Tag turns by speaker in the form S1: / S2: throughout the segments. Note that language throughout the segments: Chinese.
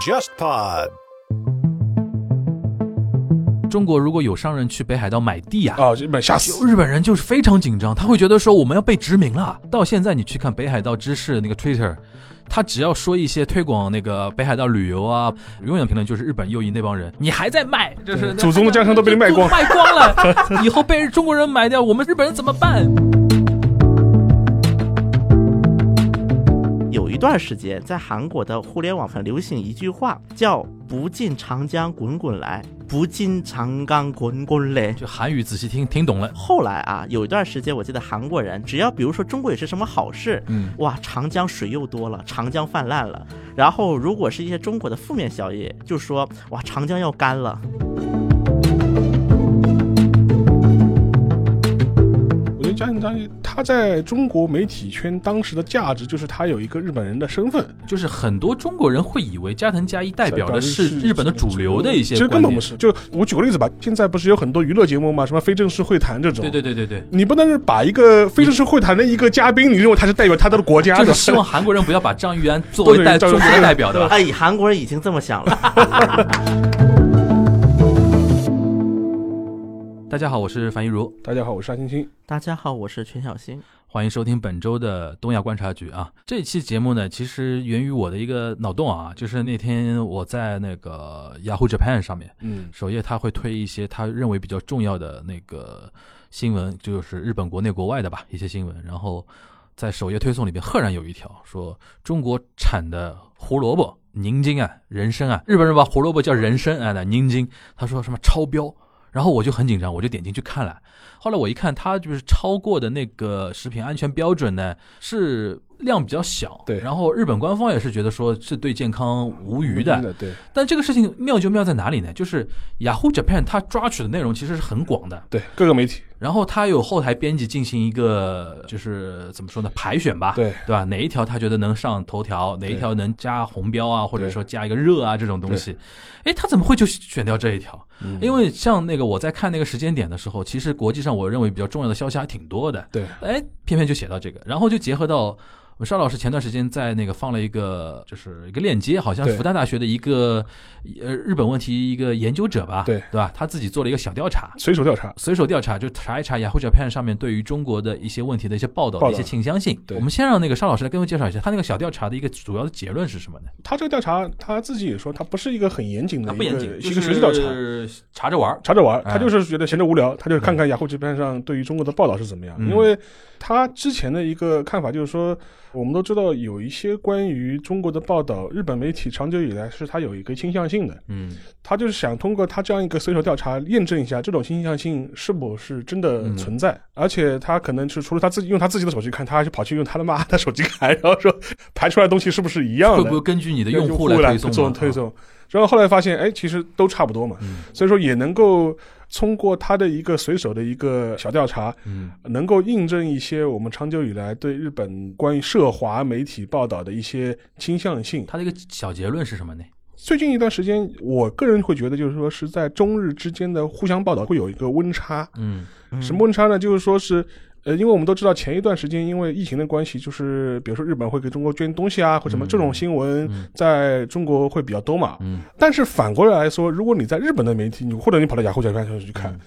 S1: JustPod。
S2: 中国如果有商人去北海道买地啊，
S3: 啊，日本吓死！
S2: 日本人就是非常紧张，他会觉得说我们要被殖民了。到现在你去看北海道知识的那个 Twitter，他只要说一些推广那个北海道旅游啊，永远评论就是日本右翼那帮人，你还在卖，就是
S3: 祖宗的江山都被你卖光
S2: 卖光了，以 后被中国人买掉，我们日本人怎么办？
S4: 有一段时间，在韩国的互联网很流行一句话，叫“不进长江滚滚来，不进长江滚滚来”。
S2: 就韩语仔细听听懂了，
S4: 后来啊，有一段时间，我记得韩国人只要比如说中国有些什么好事，
S2: 嗯，
S4: 哇，长江水又多了，长江泛滥了。然后如果是一些中国的负面消息，就说哇，长江要 干了。
S3: 我觉得加藤章一他在中国媒体圈当时的价值就是他有一个日本人的身份，
S2: 就是很多中国人会以为加藤加一代表的是日本的主流的一些
S3: 其实
S2: 观
S3: 根本
S2: 点，
S3: 不是。就我举个例子吧，现在不是有很多娱乐节目嘛，什么非正式会谈这种，
S2: 对对对对对。
S3: 你不能是把一个非正式会谈的一个嘉宾，你认为他是代表他 的国家
S2: 就
S3: 的，
S2: 是希望韩国人不要把张玉安作为代中国的代 表，对吧？
S4: 哎，韩国人已经这么想了。
S2: 大家好，我是樊一茹，
S3: 大家好，我是沙青青。
S4: 大家好，我是全小新。
S2: 欢迎收听本周的东亚观察局啊。这期节目呢，其实源于我的一个脑洞啊，就是那天我在那个 Yahoo Japan 上面
S3: 嗯，
S2: 首页，他会推一些他认为比较重要的那个新闻，就是日本国内国外的吧一些新闻，然后在首页推送里面赫然有一条说中国产的胡萝卜。宁津啊，人参啊，日本人把胡萝卜叫人参啊，那宁津，他说什么超标，然后我就很紧张，我就点进去看了。后来我一看，它就是超过的那个食品安全标准呢，是量比较小。
S3: 对
S2: 然后日本官方也是觉得说是对健康无虞的。
S3: 嗯对
S2: 但这个事情妙就妙在哪里呢？就是 Yahoo Japan 它抓取的内容其实是很广的，
S3: 对，各个媒体，
S2: 然后他有后台编辑进行一个就是怎么说呢排选吧，
S3: 对
S2: 对吧？哪一条他觉得能上头条，哪一条能加红标啊，或者说加一个热啊这种东西，哎，他怎么会就选掉这一条？
S3: 嗯
S2: 因为像那个我在看那个时间点的时候，其实国际上我认为比较重要的消息还挺多的，
S3: 对，
S2: 哎，偏偏就写到这个，然后就结合到。我们邵老师前段时间在那个放了一个，就是一个链接，好像是
S3: 对
S2: 复旦大学的一个呃日本问题一个研究者吧，
S3: 对
S2: 对吧？他自己做了一个小调查，
S3: 随手调查，
S2: 随手调查，就查一查 Yahoo Japan 上面对于中国的一些问题的一些报道、
S3: 报道
S2: 一些倾向性。
S3: 对
S2: 我们先让那个邵老师来跟我们介绍一下，他那个小调查的一个主要的结论是什么呢？
S3: 他这个调查他自己也说，他不是一个很严谨的
S2: 啊，
S3: 一
S2: 不
S3: 个
S2: 严谨，
S3: 一个学术调查，
S2: 查，查着玩儿。
S3: 查着玩儿，
S2: 哎
S3: 他就是觉得闲着无聊，他就看看雅虎这边上对于中国的报道是怎么样。
S2: 嗯
S3: 因为他之前的一个看法就是说，我们都知道有一些关于中国的报道，日本媒体长久以来是他有一个倾向性的，
S2: 嗯，
S3: 他就是想通过他这样一个随手调查验证一下这种倾向性是否是真的存在。
S2: 嗯
S3: 而且他可能是除了他自己用他自己的手机看，他还是跑去用他的妈的手机看，然后说排出来的东西是不是一样
S2: 会
S3: 的？
S2: 不会根据你的
S3: 用
S2: 用户来推送
S3: 送做
S2: 嘛？啊
S3: 推送，然后后来发现，哎，其实都差不多嘛，
S2: 嗯
S3: 所以说也能够通过他的一个随手的一个小调查，
S2: 嗯，
S3: 能够印证一些我们长久以来对日本关于涉华媒体报道的一些倾向性。
S2: 他的一个小结论是什么呢？
S3: 最近一段时间，我个人会觉得，就是说是在中日之间的互相报道会有一个温差，
S2: 嗯
S3: 什 么温差呢？就是说是。呃，因为我们都知道，前一段时间因为疫情的关系，就是比如说日本会给中国捐东西啊，或什么
S2: 嗯
S3: 这种新闻
S2: 嗯，
S3: 在中国会比较多嘛。
S2: 嗯，
S3: 但是反过来说，如果你在日本的媒体，你或者你跑到雅虎小看上去看
S2: 嗯，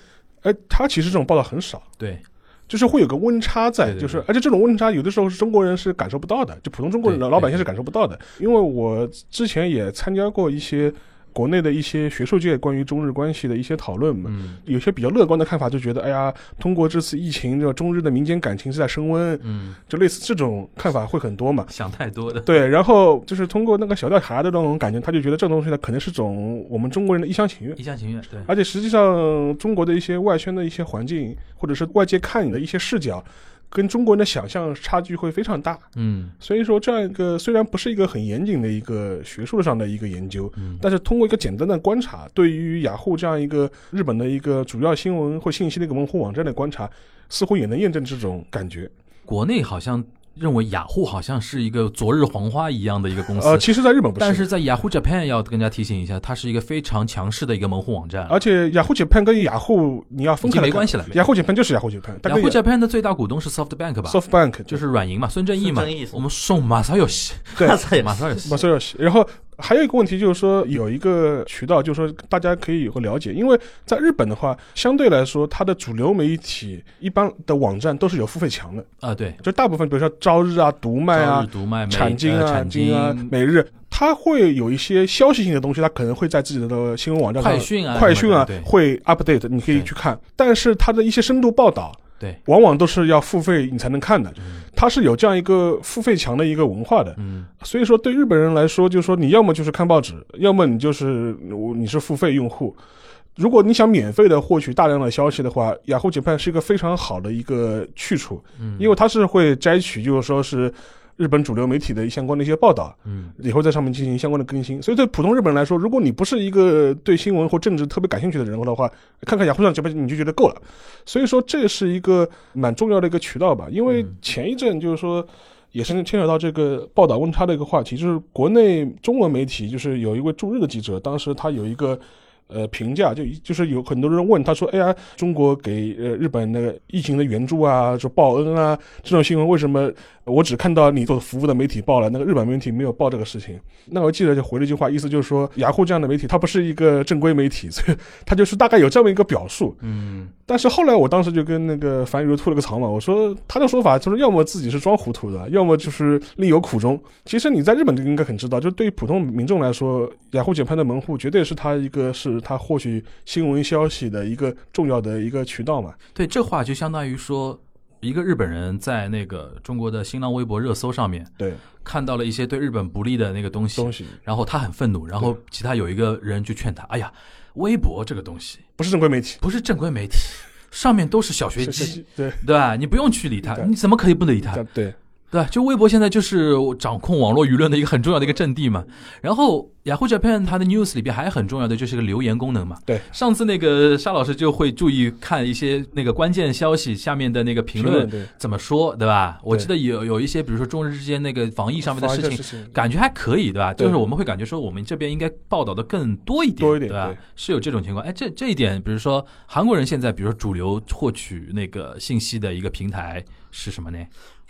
S3: 哎，它其实这种报道很少，
S2: 对，
S3: 就是会有个温差在，
S2: 对对
S3: 就是
S2: 对
S3: 而且这种温差有的时候是中国人是感受不到的，就普通中国人
S2: 对
S3: 老百
S2: 对
S3: 姓是感受不到的。因为我之前也参加过一些国内的一些学术界关于中日关系的一些讨论嘛。
S2: 嗯
S3: 有些比较乐观的看法，就觉得哎呀，通过这次疫情，这个中日的民间感情是在升温，
S2: 嗯，
S3: 就类似这种看法会很多嘛。
S2: 想太多的。
S3: 对，然后就是通过那个小调查的那种感觉，他就觉得这种东西呢，可能是种我们中国人的一厢情愿。
S2: 一厢情愿，对，
S3: 而且实际上，中国的一些外宣的一些环境，或者是外界看你的一些视角，跟中国人的想象差距会非常大。
S2: 嗯
S3: 所以说，这样一个虽然不是一个很严谨的一个学术上的一个研究，
S2: 嗯
S3: 但是通过一个简单的观察，对于雅虎这样一个日本的一个主要新闻或信息的一个门户网站的观察，似乎也能验证这种感觉。
S2: 国内好像认为雅虎好像是一个昨日黄花一样的一个公司，
S3: 呃，其实在日本不
S2: 但嗯是在雅虎 Japan 要跟大家提醒一下，它是一个非常强势的一个门户网站。
S3: 而且雅虎 Japan 跟雅虎你要分开
S2: 已经
S3: 来
S2: 没
S3: 看
S2: 关系了
S3: 雅虎 Japan 就是雅虎 Japan，
S2: 雅
S3: 但
S2: 虎
S3: 跟
S2: Japan 的最大股东是 SoftBank 吧？
S3: SoftBank
S2: 就是软银嘛，孙正义嘛
S4: 孙正义。
S2: 我们送马萨有西，
S3: 对
S4: 哇塞
S2: 马萨有西
S3: 马，塞尔西。然后还有一个问题就是说，有一个渠道，就是说大家可以有个了解，因为在日本的话，相对来说，它的主流媒体一般的网站都是有付费墙的，
S2: 啊，对，
S3: 就大部分，比如说朝日啊、读卖
S2: 朝
S3: 啊
S2: 日、读卖、美
S3: 产经
S2: 呃
S3: 啊、
S2: 产
S3: 经啊、
S2: 经、
S3: 每日，它会有一些消息性的东西，它可能会在自己的新闻网站上
S2: 快。讯啊、
S3: 快讯啊
S2: 对，
S3: 会 update，你可以
S2: 对
S3: 去看，但是它的一些深度报道，
S2: 对，
S3: 往往都是要付费你才能看的，
S2: 嗯
S3: 它是有这样一个付费墙的一个文化的，
S2: 嗯，
S3: 所以说，对日本人来说，就是说你要么就是看报纸，要么你就是我你是付费用户。如果你想免费的获取大量的消息的话，雅虎 Japan 是一个非常好的一个去处，
S2: 嗯
S3: 因为它是会摘取，就是说是日本主流媒体的相关的一些报道，
S2: 嗯
S3: 以后在上面进行相关的更新。所以对普通日本人来说，如果你不是一个对新闻或政治特别感兴趣的人的话，看看雅虎上这边你就觉得够了。所以说这是一个蛮重要的一个渠道吧，因为
S2: 嗯
S3: 前一阵就是说。也是牵扯到这个报道温差的一个话题，就是国内中文媒体，就是有一位驻日的记者，当时他哎有一个呃评价，就就是有很多人问他说：“哎呀，中国给呃日本那个疫情的援助啊，说报恩啊，这种新闻为什么我只看到你所服务的媒体报了，那个日本媒体没有报这个事情？”那我记得就回了一句话，意思就是说，雅虎这样的媒体，它不是一个正规媒体，所以它就是大概有这么一个表述。
S2: 嗯，
S3: 但是后来我当时就跟那个樊宇吐了个槽嘛，我说他的说法就是要么自己是装糊涂的，要么就是另有苦衷。其实你在日本就应该很知道，就对于普通民众来说，雅虎解盘的门户绝对是他一个是他获取新闻消息的一个重要的一个渠道嘛。
S2: 对，这话就相当于说，一个日本人在那个中国的新浪微博热搜上面
S3: 对，
S2: 看到了一些对日本不利的那个东西
S3: 东，西
S2: 然后他很愤怒，然后其他有一个人就劝他：“哎呀，微博这个东西
S3: 不是正规媒体，
S2: 不是正规媒体，上面都是啊小学
S3: 是
S2: 鸡，
S3: 是对
S2: 对吧？你不用去理他，
S3: 对
S2: 你怎么可以不理他？
S3: 对对
S2: 对吧？就微博现在就是掌控网络舆论的一个很重要的一个阵地嘛。然后雅虎 Japan 它的 news 里边还很重要的就是个留言功能嘛。
S3: 对，
S2: 上次那个沙老师就会注意看一些那个关键消息下面的那个评论
S3: 对
S2: 怎么说，对吧？我
S3: 对
S2: 记得有有一些，比如说中日之间那个防疫上面的
S3: 发
S2: 事
S3: 生
S2: 情。
S3: 情
S2: 感觉还可以，对吧？
S3: 对
S2: 就是我们会感觉说，我们这边应该报道的更多一点，
S3: 多一点
S2: 对吧？
S3: 对
S2: 是有这种情况。哎，这这一点，比如说韩国人现在，比如说主流获取那个信息的一个平台是什么呢？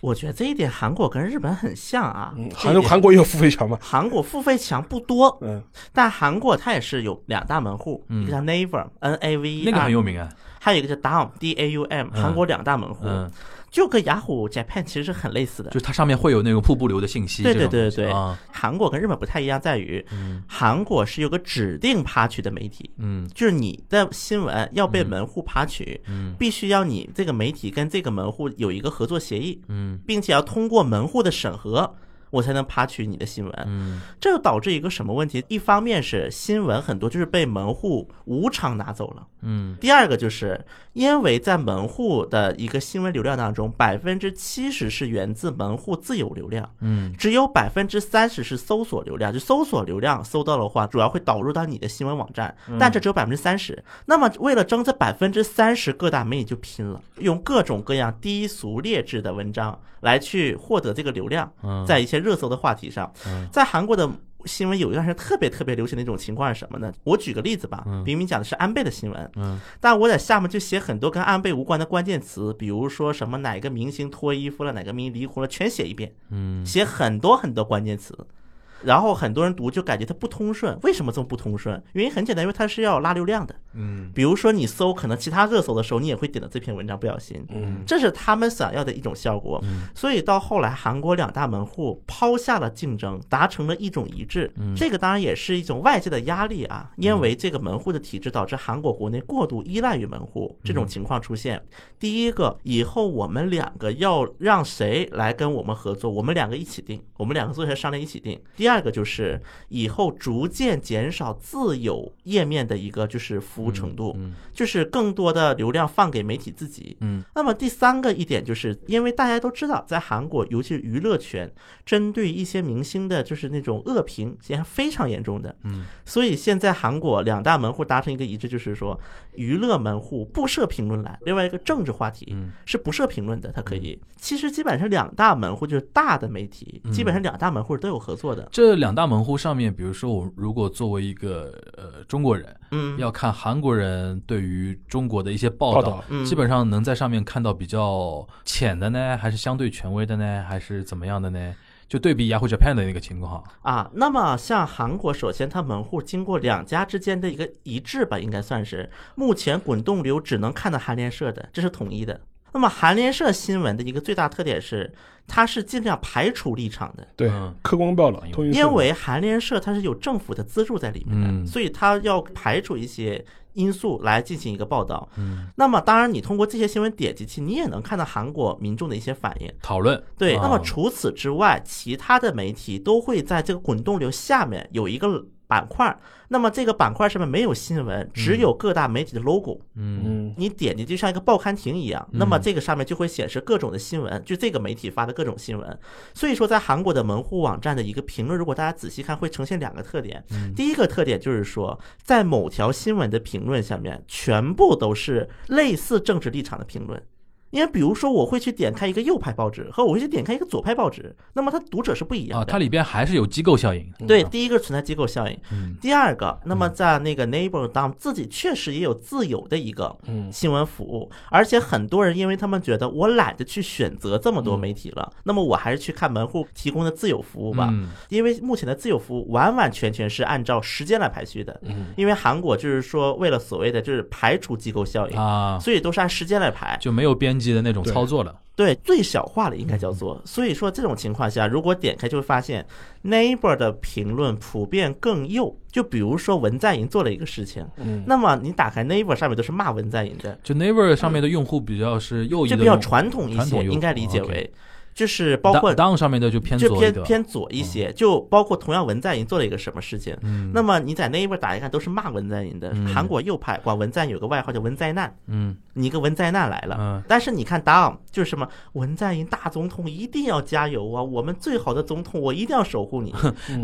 S4: 我觉得这一点韩国跟日本很像啊。
S3: 嗯，
S4: 这一
S3: 韩
S4: 点
S3: 韩国也有付费墙嘛，
S4: 韩国付费墙不多，
S3: 嗯，
S4: 但韩国它也是有两大门户，
S2: 嗯
S4: 一个叫 Naver N A V E，
S2: 那个很有名啊，
S4: 还有一个叫 Daum D A U M，
S2: 嗯
S4: 韩国两大门户，
S2: 嗯，
S4: 就跟雅虎 Japan 其实是很类似的
S2: 就。是它上面会有那个瀑布流的信息，
S4: 对
S2: 这种
S4: 对
S2: 东西
S4: 对对
S2: 啊，
S4: 韩国跟日本不太一样，在于
S2: 嗯
S4: 韩国是有个指定爬取的媒体，
S2: 嗯
S4: 就是你的新闻要被门户爬取，
S2: 嗯
S4: 必须要你这个媒体跟这个门户有一个合作协议，
S2: 嗯
S4: 并且要通过门户的审核，我才能爬取你的新闻。
S2: 嗯
S4: 这就导致一个什么问题？一方面是新闻很多就是被门户无偿拿走了，
S2: 嗯
S4: 第二个就是因为在门户的一个新闻流量当中，百分之七十是源自门户自有流量。
S2: 嗯
S4: 只有百分之三十是搜索流量，就搜索流量搜到的话，主要会导入到你的新闻网站，
S2: 嗯
S4: 但这只有百分之三十。那么为了争这百分之三十，各大媒体就拼了，用各种各样低俗劣质的文章来去获得这个流量，
S2: 嗯，
S4: 在一些热搜的话题上
S2: 嗯，
S4: 在韩国的。新闻有一段时间特别特别流行的一种情况是什么呢？我举个例子吧，明明讲的是安倍的新闻，
S2: 嗯
S4: 但我在下面就写很多跟安倍无关的关键词，比如说什么哪个明星脱衣服了，哪个明星离婚了，全写一遍。
S2: 嗯
S4: 写很多很多关键词，然后很多人读就感觉它不通顺。为什么这么不通顺？原因很简单，因为它是要拉流量的。
S2: 嗯
S4: 比如说你搜可能其他热搜的时候，你也会点到这篇文章，不小心。
S3: 嗯，
S4: 这是他们想要的一种效果。
S2: 嗯
S4: 所以到后来，韩国两大门户抛下了竞争，达成了一种一致。
S2: 嗯
S4: 这个当然也是一种外界的压力啊，因为这个门户的体制导致韩国国内过度依赖于门户，这
S2: 嗯
S4: 种情况出现。第一个，以后我们两个要让谁来跟我们合作，我们两个一起定，我们两个坐下商量一起定。第二个就是以后逐渐减少自有页面的一个就是服服务程度，
S2: 嗯
S4: 就是更多的流量放给媒体自己。
S2: 嗯
S4: 那么第三个一点，就是因为大家都知道，在韩国，尤其是娱乐圈，针对一些明星的，就是那种恶评，现在非常严重的。
S2: 嗯，
S4: 所以现在韩国两大门户达成一个一致，就是说，娱乐门户不设评论栏，另外一个政治话题
S2: 嗯
S4: 是不设评论的，它可以。其实基本上两大门户就是大的媒体，
S2: 嗯
S4: 基本上两大门户都有合作的。
S2: 这两大门户上面，比如说我如果作为一个呃中国人，
S4: 嗯，
S2: 要看韩国人对于中国的一些报
S3: 报
S2: 道，
S3: 道，
S4: 嗯
S2: 基本上能在上面看到比较浅的呢，还是相对权威的呢，还是怎么样的呢？就对比 Yahoo Japan 的那个情况，
S4: 啊，那么像韩国，首先它门户经过两家之间的一个一致吧，应该算是目前滚动流只能看到韩联社的，这是统一的。那么韩联社新闻的一个最大特点是，它是尽量排除立场的，
S3: 对
S2: 嗯，
S3: 客观报道，通讯社
S4: 因为韩联社它是有政府的资助在里面的，
S2: 嗯
S4: 所以它要排除一些因素来进行一个报道。
S2: 嗯
S4: 那么当然，你通过这些新闻点进去，你也能看到韩国民众的一些反应。
S2: 讨论
S4: 对，
S2: 啊
S4: 那么除此之外，其他的媒体都会在这个滚动流下面有一个板块，那么这个板块上面没有新闻，只有各大媒体的 logo。
S2: 嗯
S3: 嗯，
S4: 你点进去就像一个报刊亭一样，那么这个上面就会显示各种的新闻，就这个媒体发的各种新闻。所以说，在韩国的门户网站的一个评论，如果大家仔细看，会呈现两个特点。
S2: 嗯
S4: 第一个特点就是说，在某条新闻的评论下面，全部都是类似政治立场的评论。因为比如说，我会去点开一个右派报纸和我会去点开一个左派报纸，那么它读者是不一样
S2: 啊，
S4: 的。
S2: 它里边还是有机构效应的，
S4: 对，
S2: 嗯
S4: 第一个存在机构效应，
S2: 嗯
S4: 第二个，那么在那个 Neighbor d o m 自己确实也有自有的一个
S2: 嗯
S4: 新闻服务，而且很多人因为他们觉得我懒得去选择这么多媒体了，那么我还是去看门户提供的自有服务吧，
S2: 嗯
S4: 因为目前的自有服务完完全全是按照时间来排序的，
S2: 嗯
S4: 因为韩国就是说为了所谓的就是排除机构效应，
S2: 啊，
S4: 所以都是按时间来排。
S2: 就没有编辑的那种
S3: 对
S2: 操作了，
S4: 对，最小化了应该叫
S2: 嗯
S4: 做。所以说这种情况下，如果点开就会发现，neighbor 的评论普遍更右。就比如说文在寅做了一个事情，
S2: 嗯
S4: 那么你打开 neighbor 上面都是骂文在寅的，
S2: 就 Naver 上面的用户比较是右翼
S4: 就
S2: 的
S4: 比
S2: 用户，
S4: 较传统一
S2: 传
S4: 些，
S2: 统用
S4: 应该
S2: 户
S4: 理解
S2: ，OK
S4: 为，就是包括
S2: Down 上面的就偏
S4: 就
S2: 左一
S4: 偏
S2: 点，嗯
S4: 偏左一些，就包括同样文在寅做了一个什么事情，那么你在 neighbor 打一看都是骂文在寅的，韩国右派管文在寅有个外号叫文灾难，
S2: 嗯
S4: 你一个文灾难来了。
S2: 嗯
S4: 但是你看，down 就是什么文在寅大总统一定要加油啊！我们最好的总统，我一定要守护你。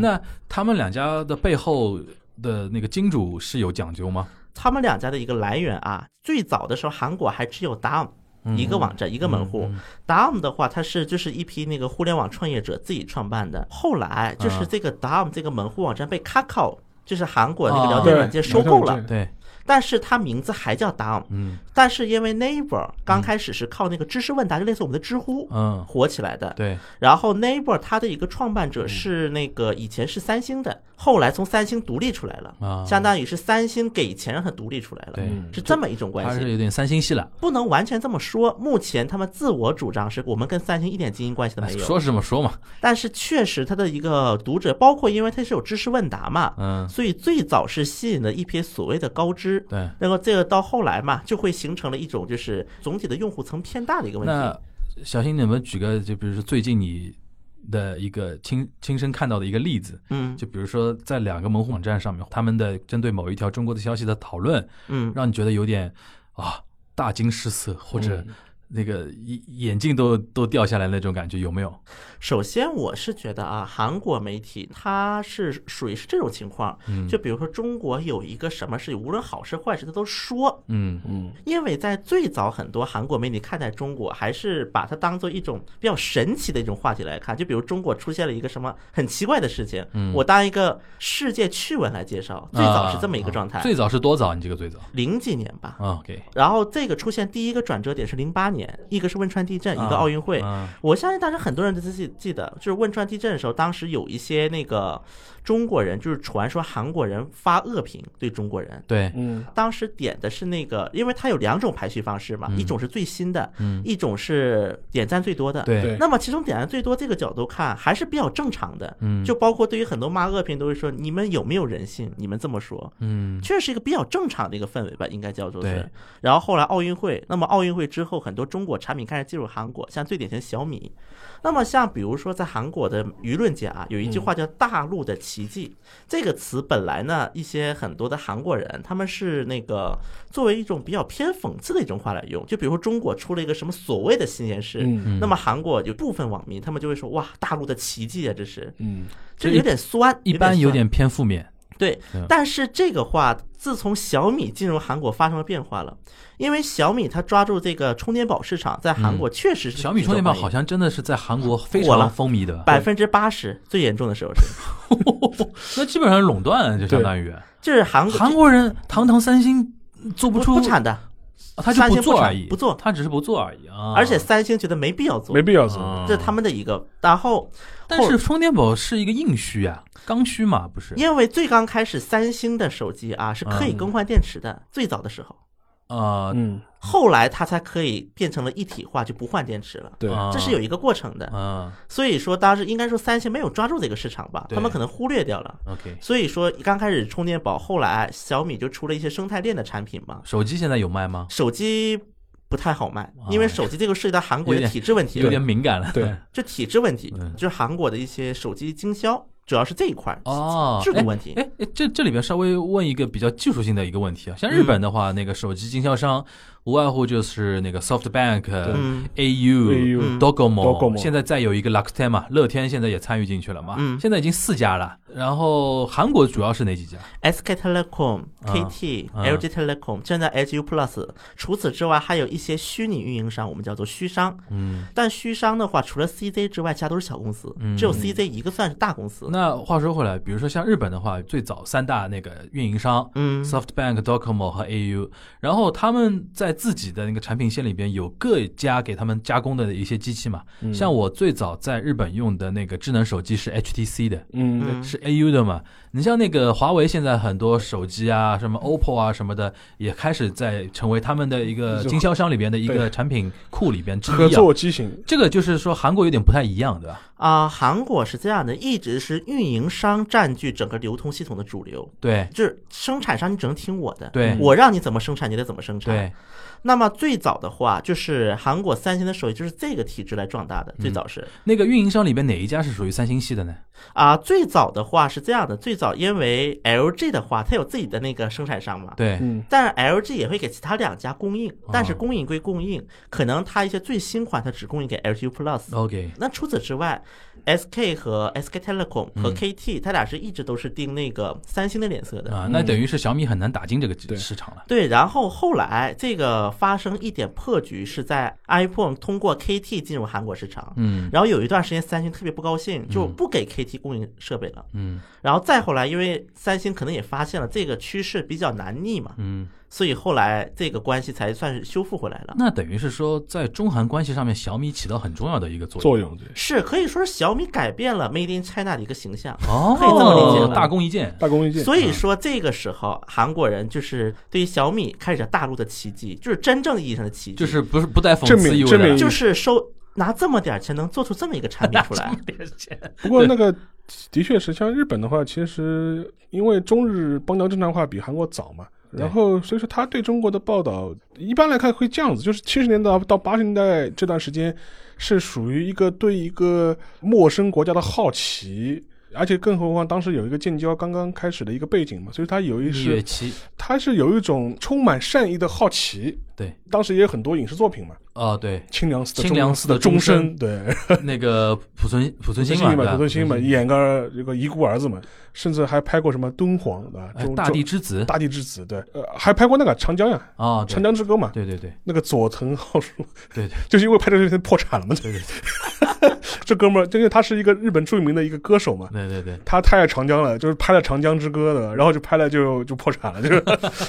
S2: 那他们两家的背后的那个金主是有讲究吗？
S4: 他们两家的一个来源啊，最早的时候韩国还只有 down。一
S2: 嗯
S4: 个网站，一个门户。Dom 的话，它是就是一批那个互联网创业者自己创办的。后来
S2: 啊
S4: 就是这个 Dom 这个门户网站被 Kakao，就是韩国那个聊天
S3: 对
S4: 软件收购
S3: 聊天
S4: 了
S3: 软，件
S2: 对，
S4: 但是它名字还叫 Dom。
S2: 嗯
S4: 但是因为 Neighbor 刚开始是靠那个知识问答，就类似我们的知乎
S2: 嗯，
S4: 火起来的。
S2: 对，嗯
S4: 然后 Neighbor 它的一个创办者是那个以前是三星的，后来从三星独立出来
S2: 啊
S4: 了，相当于是三星给钱让它独立出来了，
S2: 对
S4: 嗯是这么一种
S2: 他
S4: 关
S2: 嗯是
S4: 系。
S2: 有点三星系了。
S4: 不能完全这么说，目前他们自我主张是我们跟三星一点经营关系都没有，
S2: 哎说是这么说嘛，
S4: 但是确实它的一个读者，包括因为它是有知识问答嘛，
S2: 嗯，
S4: 所以最早是吸引了一批所谓的高知。
S2: 对。
S4: 那么这个到后来嘛，就会形成了一种就是总体的用户层偏大的一个问题。
S2: 那小新，你们举个就比如说最近你的一个亲亲身看到的一个例子，
S4: 嗯
S2: 就比如说在两个门户网站上面，他们的针对某一条中国的消息的讨论，
S4: 嗯，
S2: 让你觉得有点啊大惊失色，或者
S4: 嗯
S2: 那个眼眼镜都都掉下来那种感觉，有没有？
S4: 首先，我是觉得啊，韩国媒体它是属于是这种情况，
S2: 嗯
S4: 就比如说中国有一个什么事，无论好事坏事，它都说。
S2: 嗯
S4: 因为在最早，很多韩国媒体看待中国，还是把它当做一种比较神奇的一种话题来看。就比如中国出现了一个什么很奇怪的事情，
S2: 嗯
S4: 我当一个世界趣闻来介绍。最早是这么一个状态，
S2: 啊最早是多早？你这个最早
S4: 零几年吧。
S2: 啊？OK，
S4: 然后这个出现第一个转折点是零八年，一个是汶川地震，一个奥运会。
S2: 啊
S4: 我相信当时很多人都记记得，就是汶川地震的时候，当时有一些那个中国人，就是传说韩国人发恶评对中国人。
S2: 对，
S3: 嗯
S4: 当时点的是那个，因为它有两种排序方式嘛，一种是最新的，一种是点赞最多的。
S2: 对
S3: 对
S4: 那么其中点赞最多这个角度看，还是比较正常的。嗯，就包括对于很多骂恶评都会说，你们有没有人性？你们这么说，
S2: 嗯
S4: 确实是一个比较正常的一个氛围吧，应该叫做
S2: 对
S4: 是。然后后来奥运会，那么奥运会之后，很多中国产品开始进入韩国，像最典型的小米。那么像比如说在韩国的舆论界啊，有一句话叫“大陆的奇迹”这个词，本来呢一些很多的韩国人他们是那个作为一种比较偏讽刺的一种话来用，就比如说中国出了一个什么所谓的新鲜事，
S3: 嗯
S4: 那么韩国有部分网民他们就会说哇，大陆的奇迹啊，这是，
S3: 嗯，
S4: 这有点酸，
S2: 一般
S4: 有
S2: 有
S4: 点
S2: 点
S4: 酸
S2: 偏负面。
S4: 对
S2: 嗯，
S4: 但是这个话自从小米进入韩国发生了变化了，因为小米它抓住这个充电宝市场，在韩国确实
S2: 嗯
S4: 是
S2: 小米充电宝好像真的是在韩国非
S4: 火了
S2: 常风靡的，
S4: 百分之八十最严重的时候是，
S2: 那基本上垄断就相当于
S4: 这是韩国
S2: 韩国人堂堂三星做
S4: 不
S2: 出，
S4: 不产的，
S2: 啊他就
S4: 三星
S2: 做
S4: 不产
S2: 而已，
S4: 不做
S2: 他只是不做而已啊。
S4: 而且三星觉得没必要做
S3: 没，必要做。
S2: 啊
S4: 这是他们的一个。然后
S2: 但是充电宝是一个硬需啊，刚需嘛，不是
S4: 因为最刚开始三星的手机啊是可以
S2: 嗯
S4: 更换电池的，最早的时候，
S2: 啊？
S3: 嗯，
S4: 后来它才可以变成了一体化，就不换电池了。
S3: 对，
S2: 啊
S4: 这是有一个过程的，
S2: 啊
S4: 所以说当时应该说三星没有抓住这个市场吧，
S2: 对
S4: 他们可能忽略掉了。
S2: ，OK，
S4: 所以说刚开始充电宝，后来小米就出了一些生态链的产品嘛，
S2: 手机现在有卖吗？
S4: 手机不太好卖
S2: 啊，
S4: 因为手机这个涉及到韩国
S2: 有
S4: 的
S2: 点
S4: 体制问题
S2: 有
S4: 了，
S2: 点敏感了，
S3: 对，
S4: 这体制问题
S2: 嗯
S4: 就是韩国的一些手机经销，主要是这一块儿
S2: 哦，
S4: 制度问题。
S2: 哎哎，这这里边稍微问一个比较技术性的一个问题啊，像日本的话，那个手机经销商无外乎就是那个 SoftBank、
S4: 嗯
S2: AU、
S3: AU
S4: 嗯
S2: Docomo，
S3: Docomo
S2: 现在再有一个 Luxten 嘛，乐天现在也参与进去了嘛，
S4: 嗯
S2: 现在已经四家了。然后韩国主要是哪几家？
S4: SK Telecom、
S2: 啊
S4: KT、
S2: 啊
S4: LG Telecom，现在 HU Plus。除此之外，还有一些虚拟运营商，我们叫做虚商。
S2: 嗯，
S4: 但虚商的话，除了 CZ 之外，其他都是小公司，只有 CZ 一个算是大公司。
S2: 那话说回来，比如说像日本的话，最早三大那个运营商，
S4: 嗯
S2: SoftBank、Docomo 和 AU，然后他们在自己的那个产品线里边有各家给他们加工的一些机器嘛。
S3: 嗯
S4: 嗯
S2: 像我最早在日本用的那个智能手机是 HTC 的，
S3: 嗯，
S4: 嗯
S2: 是 AU 的嘛。你像那个华为现在很多手机啊，什么 OPPO 啊什么的，也开始在成为他们的一个
S3: 就
S2: 经销商里边的一个
S3: 对
S2: 产品库里边之
S3: 合
S2: 一啊。
S3: 作机型，
S2: 这个就是说韩国有点不太一样，对吧？
S4: 啊、韩国是这样的，一直是运营商占据整个流通系统的主流，
S2: 对
S4: 就是生产商你只能听我的，
S2: 对
S4: 我让你怎么生产你得怎么生产。，
S2: 对，
S4: 那么最早的话，就是韩国三星的手机就是这个体制来壮大的，
S2: 嗯
S4: 最早是
S2: 那个运营商里边哪一家是属于三星系的呢？
S4: 啊、最早的话是这样的，最早因为 LG 的话，它有自己的那个生产商嘛。
S2: 对，哦
S3: 嗯，
S4: 但是 LG 也会给其他两家供应，但是供应归供应，可能它一些最新款它只供应给 LG
S2: 哦
S4: Plus，
S2: OK，
S4: 那除此之外，SK 和 SK Telecom
S2: 嗯
S4: 和 KT，、它俩是一直都是盯那个三星的脸色的。
S2: 啊，那等于是小米很难打进这个
S3: 嗯对
S2: 市场了。
S4: 对，然后后来这个发生一点破局是在 iPhone 通过 KT 进入韩国市场，
S2: 嗯，
S4: 然后有一段时间三星特别不高兴，就不给 KT 供应设备了。
S2: 嗯
S4: 然后再后来，因为三星可能也发现了这个趋势比较难逆嘛，
S2: 嗯，
S4: 所以后来这个关系才算是修复回来了。
S2: 那等于是说，在中韩关系上面，小米起到很重要的一个作用。
S3: 作用对，
S4: 是可以说是小米改变了 Made in China 的一个形象。
S2: 哦
S4: 可以这么理解了
S2: 大功一件。
S3: 大功一件。
S4: 所
S2: 嗯
S4: 以说，这个时候韩国人就是对于小米开始大陆的奇迹，就是真正意义上的奇迹，
S2: 就是不是不带讽
S3: 证
S2: 刺
S3: 明
S2: 意味
S3: 证
S2: 的
S3: 明，
S4: 就是收拿这么点钱能做出这么一个产品 出 来，
S2: 啊
S3: 不过那个的确是，像日本的话，其实因为中日邦交正常化比韩国早嘛。然后，所以说他对中国的报道，一般来看会这样子，就是七十年代到八十年代这段时间，是属于一个对一个陌生国家的好奇，而且更何况当时有一个建交刚刚开始的一个背景嘛，所以他有一
S2: 蜜
S3: 是
S2: 月期，
S3: 他是有一种充满善意的好奇。
S2: 对，
S3: 当时也有很多影视作品嘛，
S2: 哦 对，
S3: 清凉寺的
S2: 清凉寺的
S3: 钟
S2: 钟
S3: 声， 对，
S2: 那个濮存濮存昕嘛，对吧
S3: 嘛，土星嘛，
S2: 濮存昕
S3: 演个这个遗孤儿子嘛，甚至还拍过什么敦煌对吧？
S2: 哎
S3: 中
S2: 大地之子
S3: 中大地之子，对，呃，还拍过那个长江呀，
S2: 啊，
S3: 长
S2: 对
S3: 江之歌嘛，
S2: 对对对
S3: 那个佐藤浩树，
S2: 对对，
S3: 就是因为拍这个片破产了嘛，
S2: 对对 嗯
S3: 这哥们儿，就因为他是一个日本著名的一个歌手嘛。
S2: 对对对，
S3: 他太爱长江了，就是拍了《长江之歌》的，然后就拍了就就破产了，就是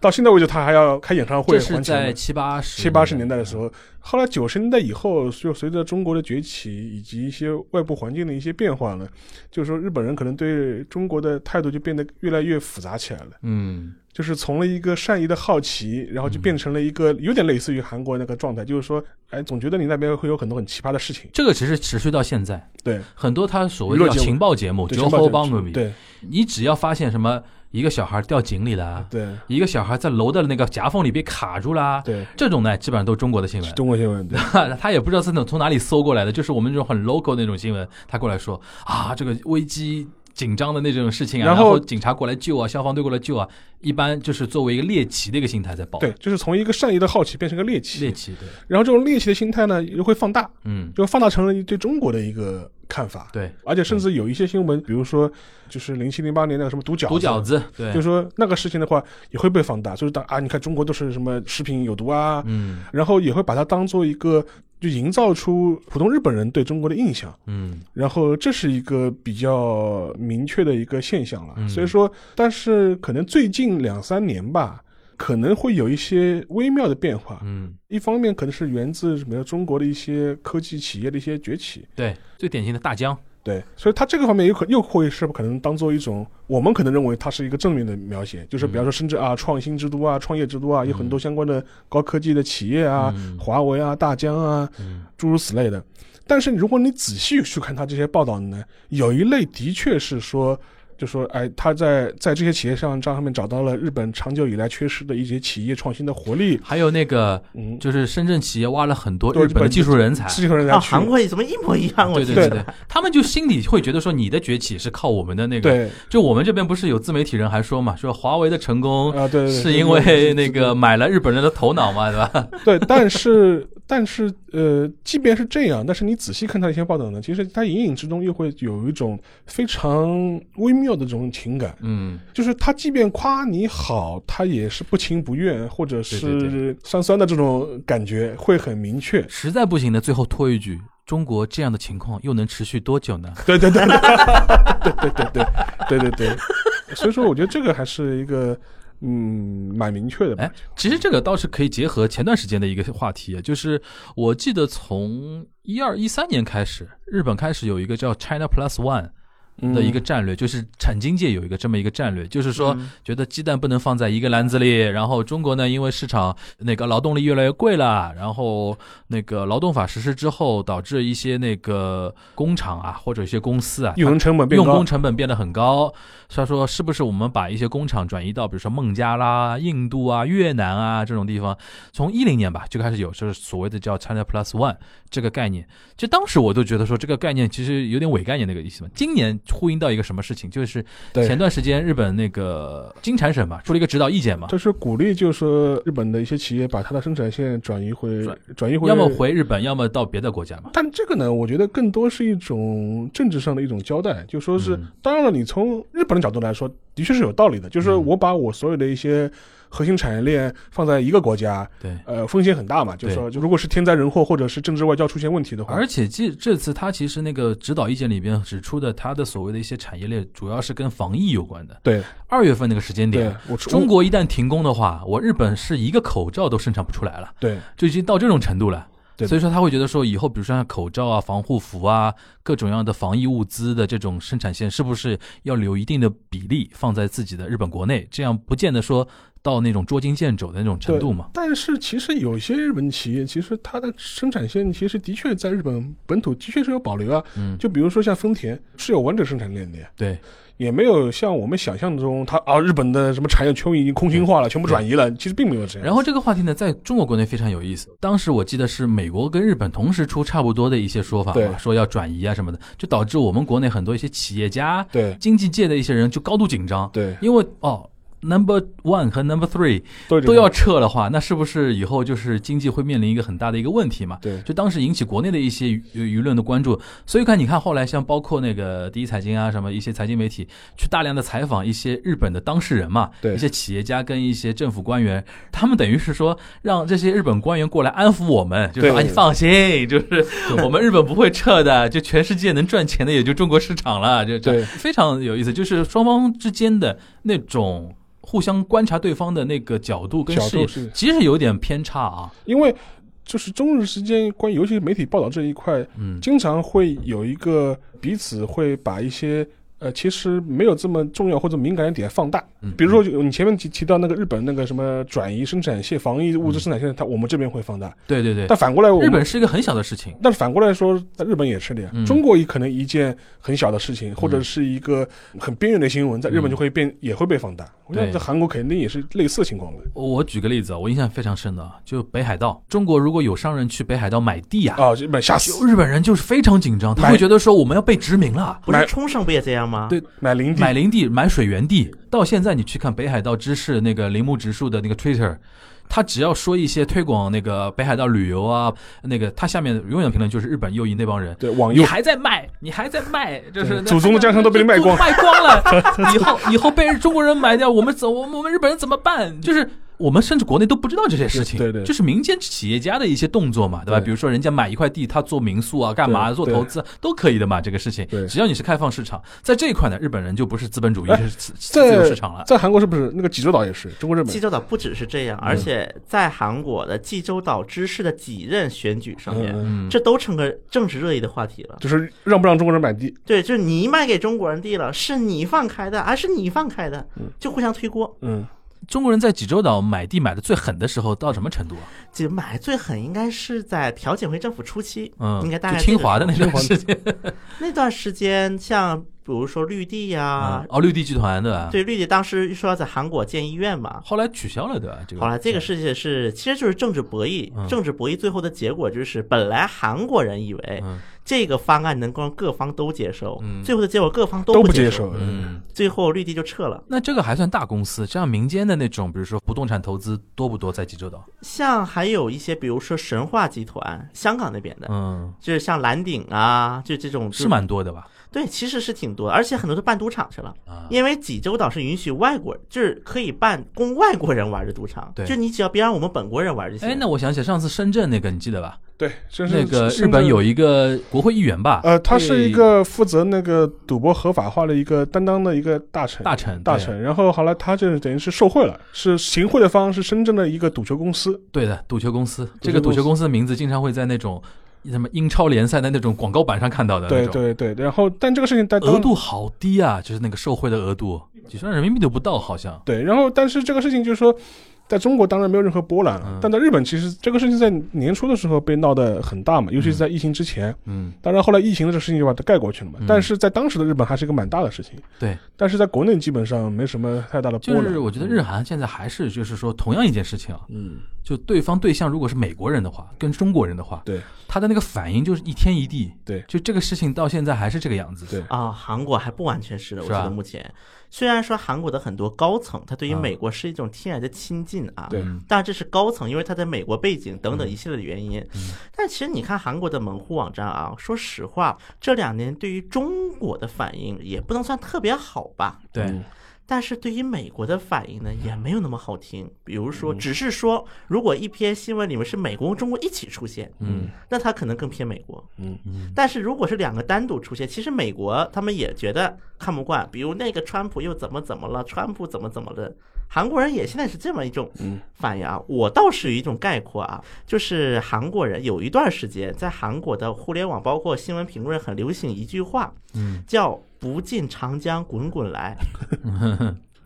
S3: 到现在为止他还要开演唱会
S2: 这是
S3: 还钱
S2: 在
S3: 嘛。
S2: 七八十
S3: 七八十年代的时，候，后来九十年代以后，就随着中国的崛起以及一些外部环境的一些变化呢，就是说日本人可能对中国的态度就变得越来越复杂起来了。
S2: 嗯
S3: 就是从了一个善意的好奇，然后就变成了一个有点类似于韩国那个状态，就是说，哎，总觉得你那边会有很多很奇葩的事情。
S2: 这个其实持续到现在，
S3: 对，
S2: 很多他所谓
S3: 娱
S2: 的
S3: 乐
S2: 叫
S3: 节目
S2: 情报节目，
S3: 对
S2: 九
S3: 情报
S2: 后
S3: 节目
S2: 帮 m
S3: 对，
S2: 你只要发现什么一个小孩掉井里了，啊
S3: 对
S2: 一个小孩在楼的那个夹缝里被卡住啦，
S3: 对，
S2: 这种呢基本上都是中国的新闻
S3: 是。中国新闻，对
S2: 他也不知道是从从哪里搜过来的，就是我们这种很 local 那种新闻，他过来说啊，这个危机紧张的那种事情啊，
S3: 然
S2: 然
S3: 后
S2: 警察过来救啊，消防队过来救啊，一般就是作为一个猎奇的一个心态在报。
S3: 对，，就是从一个善意的好奇变成个猎奇，
S2: 猎奇，对，
S3: 然后这种猎奇的心态呢又会放大，
S2: 嗯，
S3: 就放大成了对中国的一个看法，
S2: 对，
S3: 而且甚至有一些新闻，比如说就是零七零八年那个什么毒饺
S2: 毒饺
S3: 子。
S2: 子，
S3: 就
S2: 对
S3: 是，说那个事情的话，也会被放大，就是当啊，你看中国都是什么食品有毒啊，
S2: 嗯
S3: 然后也会把它当做一个，就营造出普通日本人对中国的印象。
S2: 嗯
S3: 然后这是一个比较明确的一个现象了。
S2: 嗯
S3: 所以说，但是可能最近两三年吧，可能会有一些微妙的变化。
S2: 嗯，
S3: 一方面可能是源自什么中国的一些科技企业的一些崛起，
S2: 对，最典型的大疆，
S3: 对，所以它这个方面有可又会是可能当做一种我们可能认为它是一个正面的描写，就是比方
S2: 嗯
S3: 说深圳啊，创新之都啊，创业之都啊，有很多相关的高科技的企业啊，
S2: 嗯
S3: 华为啊，大疆啊，
S2: 嗯
S3: 诸如此类的。但是如果你仔细去看它这些报道呢，有一类的确是说，就说哎，他在在这些企业上上面找到了日本长久以来缺失的一些企业创新的活力，
S2: 还有那个
S3: 嗯，
S2: 就是深圳企业挖了很多
S3: 对
S2: 日本
S3: 日
S2: 的
S3: 本
S2: 技术人才，
S3: 这些人
S4: 啊，
S3: 家去
S4: 韩国也怎么一模一样？我
S2: 对
S4: 觉
S2: 对
S4: 得
S2: 对对，他们就心里会觉得说你的崛起是靠我们的那个，
S3: 对
S2: 就我们这边不是有自媒体人还说嘛，说华为的成功
S3: 啊，对，对
S2: 是因为那个买了日本人的头脑嘛，对吧？
S3: 对，但是但是呃，即便是这样，但是你仔细看他一些报道呢，其实他隐隐之中又会有一种非常微妙的这种情感，
S2: 嗯，
S3: 就是他即便夸你好，他也是不情不愿，或者
S2: 对对
S3: 是酸酸的这种感觉会很明确。
S2: 实在不行呢，最后拖一句，中国这样的情况又能持续多久呢？
S3: 对对对， 对对对对对对对，所以说我觉得这个还是一个嗯蛮明确的吧
S2: 哎，其实这个倒是可以结合前段时间的一个话题，啊就是我记得从一二一三年开始，日本开始有一个叫 China Plus One。的
S3: 嗯
S2: 一个战略，就是产经界有一个这么一个战略，就是说
S3: 嗯
S2: 觉得鸡蛋不能放在一个篮子里。然后中国呢，因为市场那个劳动力越来越贵了，然后那个劳动法实施之后，导致一些那个工厂啊或者一些公司啊，
S3: 用人成本变
S2: 用
S3: 高
S2: 工，成本变得很高。他说，是不是我们把一些工厂转移到，比如说孟加拉、印度啊、越南啊这种地方？从一零年吧就开始有，就是所谓的叫 China Plus One 这个概念。就当时我都觉得说，这个概念其实有点伪概念那个意思嘛。今年呼应到一个什么事情，就是
S3: 对
S2: 前段时间日本那个金产省嘛出了一个指导意见嘛，
S3: 就是鼓励，就是说日本的一些企业把它的生产线转移回
S2: 转
S3: 转移回，
S2: 要么回日本，要么到别的国家嘛。
S3: 但这个呢，我觉得更多是一种政治上的一种交代，就说是，
S2: 嗯
S3: 当然了，你从日本的角度来说，的确是有道理的，就是
S2: 嗯
S3: 我把我所有的一些核心产业链放在一个国家，
S2: 对。
S3: 呃，风险很大嘛，就是说，就如果是天灾人祸或者是政治外交出现问题的话，
S2: 而且这这次他其实那个指导意见里边指出的，他的所谓的一些产业链主要是跟防疫有关的。
S3: 对
S2: 二月份那个时间
S3: 对
S2: 点，，
S3: 我
S2: 中
S3: 国
S2: 国一旦停工的话，我日本是一个口罩都生产不出来了，
S3: 对
S2: 就已经到这种程度了。
S3: 对
S2: 所以说他会觉得说，以后比如说像口罩啊、防护服啊、各种样的防疫物资的这种生产线，是不是要留一定的比例放在自己的日本国内？这样不见得说到那种捉襟见肘的那种程度嘛。
S3: 但是其实有些日本企业，其实它的生产线其实的确在日本本土的确是有保留啊，
S2: 嗯，
S3: 就比如说像丰田是有完整生产链的呀。
S2: 对，
S3: 也没有像我们想象中，它啊，日本的什么产业全部已经空心化了，全部转移了，其实并没有这样。
S2: 然后这个话题呢，在中国国内非常有意思。当时我记得是美国跟日本同时出差不多的一些说法
S3: 对
S2: 嘛，说要转移啊什么的，就导致我们国内很多一些企业家、
S3: 对
S2: 经济界的一些人就高度紧张，
S3: 对，
S2: 因为哦，number one 和 number three
S3: 都
S2: 都
S3: 都
S2: 要撤的话，那是不是以后就是经济会面临一个很大的一个问题嘛？
S3: 对
S2: 就当时引起国内的一些舆舆论的关注，所以看你看后来像包括那个第一财经啊什么一些财经媒体去大量的采访一些日本的当事人嘛，
S3: 对
S2: 一些企业家跟一些政府官员，他们等于是说让这些日本官员过来安抚我们，就
S3: 对
S2: 说啊你放心，就是我们日本不会撤的，就全世界能赚钱的也就中国市场了，就这
S3: 对
S2: 样非常有意思，就是双方之间的那种。互相观察对方的那个角度跟
S3: 角
S2: 视
S3: 度
S2: 野
S3: 是，
S2: 其实有点偏差啊。
S3: 因为就是中日之间关于尤其是媒体报道这一块，
S2: 嗯，
S3: 经常会有一个彼此会把一些呃，其实没有这么重要或者敏感的点放大。
S2: 嗯
S3: 比如说，你前面提提到那个日本那个什么转移生产线、防疫物资生产线，它我们这边会放大，
S2: 对对对，
S3: 但反过来我们
S2: 日本是一个很小的事情，
S3: 但是反过来说，在日本也是的呀。
S2: 嗯
S3: 中国也可能一件很小的事情，或者
S2: 嗯
S3: 是一个很边缘的新闻，在日本就会变、也会被放大。我觉得
S2: 对
S3: 在韩国肯定也是类似的情况的。
S2: 我举个例子啊，我印象非常深的啊，就北海道，中国如果有商人去北海道买地啊，
S3: 啊，日本吓死，
S2: 就日本人就是非常紧张，他
S3: 买
S2: 会觉得说我们要被殖民了。
S4: 不是
S3: 买
S4: 冲绳不也这样吗？
S2: 对
S3: 买林地
S2: 买林地，买水源地，到现在你去看北海道知事那个铃木直树的那个 Twitter，他只要说一些推广那个北海道旅游啊，那个他下面永远评论就是日本右翼那帮人，
S3: 对往
S2: 你
S3: 右
S2: 还在卖，你还在 卖，就是
S3: 对祖宗的家乡都被你卖光
S2: 卖光 了，以后以后被中国人买掉，我们怎我们我们日本人怎么办？就是。我们甚至国内都不知道这些事情，
S3: 对对对
S2: 就是民间企业家的一些动作嘛，对吧？
S3: 对
S2: 比如说人家买一块地，他做民宿啊，干嘛
S3: 对
S2: 做投资都可以的嘛，这个事情
S3: 对，
S2: 只要你是开放市场，在这一块呢，日本人就不是资本主义，
S3: 哎
S2: 是自自由
S3: 在
S2: 市场了。
S3: 在韩国是不是那个济州岛也是中国日本
S4: 济？州岛不只是
S2: 嗯
S4: 这样，而且在韩国的济州岛知事的几任选举上面，
S2: 嗯
S4: 这都成个政治热议的话题了。
S3: 就是让不让中国人买地？
S4: 对，就是你卖给中国人地了，是你放开的，啊，是你放开的，就互相推锅。
S3: 嗯，
S2: 中国人在济州岛买地买的最狠的时候到什么程度啊？
S4: 这买最狠应该是在朴槿惠政府初期，
S2: 嗯，
S4: 应该大概
S2: 就清华的那
S4: 这个
S2: 段
S4: 时
S2: 时间，
S4: 候那段时间，像比如说绿地呀、
S2: 嗯哦，绿地集团的，，
S4: 对绿地当时说要在韩国建医院嘛。
S2: 后来取消了，对吧？这个
S4: 好了，这个事情是其实就是政治博弈，
S2: 嗯
S4: 政治博弈最后的结果就是，本来韩国人以为
S2: 嗯
S4: 这个方案能够让各方都接受，
S2: 嗯
S4: 最后的结果各方
S3: 都
S4: 不
S3: 接
S4: 受，
S3: 受。
S2: 嗯。
S4: 最后绿地就撤了。
S2: 那这个还算大公司，像民间的那种，比如说不动产投资多不多在济州岛？
S4: 像还有一些，比如说神话集团，香港那边的，
S2: 嗯，
S4: 就是像蓝鼎啊，就这种
S2: 是？蛮多的吧？
S4: 对，其实是挺多的，而且很多都办赌场去了。
S2: 啊，
S4: 因为济州岛是允许外国，就是可以办供外国人玩的赌场，
S2: 对
S4: 就你只要别让我们本国人玩就行。
S2: 哎，那我想起上次深圳那个，你记得吧？
S3: 对，深
S2: 那
S3: 圳
S2: 个
S3: 深
S2: 日
S3: 圳
S2: 本有一个国会议员吧？
S3: 呃，他是一个负责那个赌博合法化的一个担当的一个大臣。
S2: 大臣，
S3: 大
S2: 对
S3: 臣，然后后来他就是等于是受贿了，是行贿的方是深圳的一个赌球公司，
S2: 对的，赌球公司。
S3: 司
S2: 这个赌球公司的名字经常会在那种什么英超联赛的那种广告板上看到的那
S3: 对
S2: 种。
S3: 对对，然后但这个事情在当
S2: 额度好低啊，就是那个受贿的额度，几十万人民币都不到，好像。
S3: 对，然后但是这个事情就是说，在中国当然没有任何波澜了，
S2: 嗯
S3: 但在日本其实这个事情在年初的时候被闹得很大嘛，尤其是在疫情之前。
S2: 嗯，
S3: 当然后来疫情的这个事情就把它盖过去了嘛，
S2: 嗯
S3: 但是在当时的日本还是一个蛮大的事情，
S2: 对，
S3: 但是在国内基本上没什么太大的
S2: 就
S3: 波澜。
S2: 是我觉得日韩现在还是就是说同样一件事情啊，
S3: 嗯，
S2: 就对方对象如果是美国人的话，跟中国人的话，
S3: 对
S2: 他的那个反应就是一天一地。
S3: 对
S2: 就这个事情到现在还是这个样子。
S3: 对
S4: 啊、韩国还不完全是的，我
S2: 是
S4: 觉
S2: 吧
S4: 得目前虽然说韩国的很多高层，他对于
S2: 嗯
S4: 美国是一种天然的亲近啊，
S3: 对
S4: 但这是高层，因为他在美国背景等
S2: 嗯
S4: 等一系列的原因。但其实你看韩国的门户网站啊，说实话，这两年对于中国的反应也不能算特别好吧，
S2: 对，
S4: 但是对于美国的反应呢，也没有那么好听。比如说，只是说，如果一篇新闻里面是美国跟中国一起出现，嗯，那它可能更偏美国，
S3: 嗯
S4: 嗯。但是如果是两个单独出现，其实美国他们也觉得看不惯，比如那个川普又怎么怎么了，川普怎么怎么了。韩国人也现在是这么一种反应啊，我倒是有一种概括啊，就是韩国人有一段时间在韩国的互联网包括新闻评论很流行一句话，嗯，叫“不进长江滚滚 来”，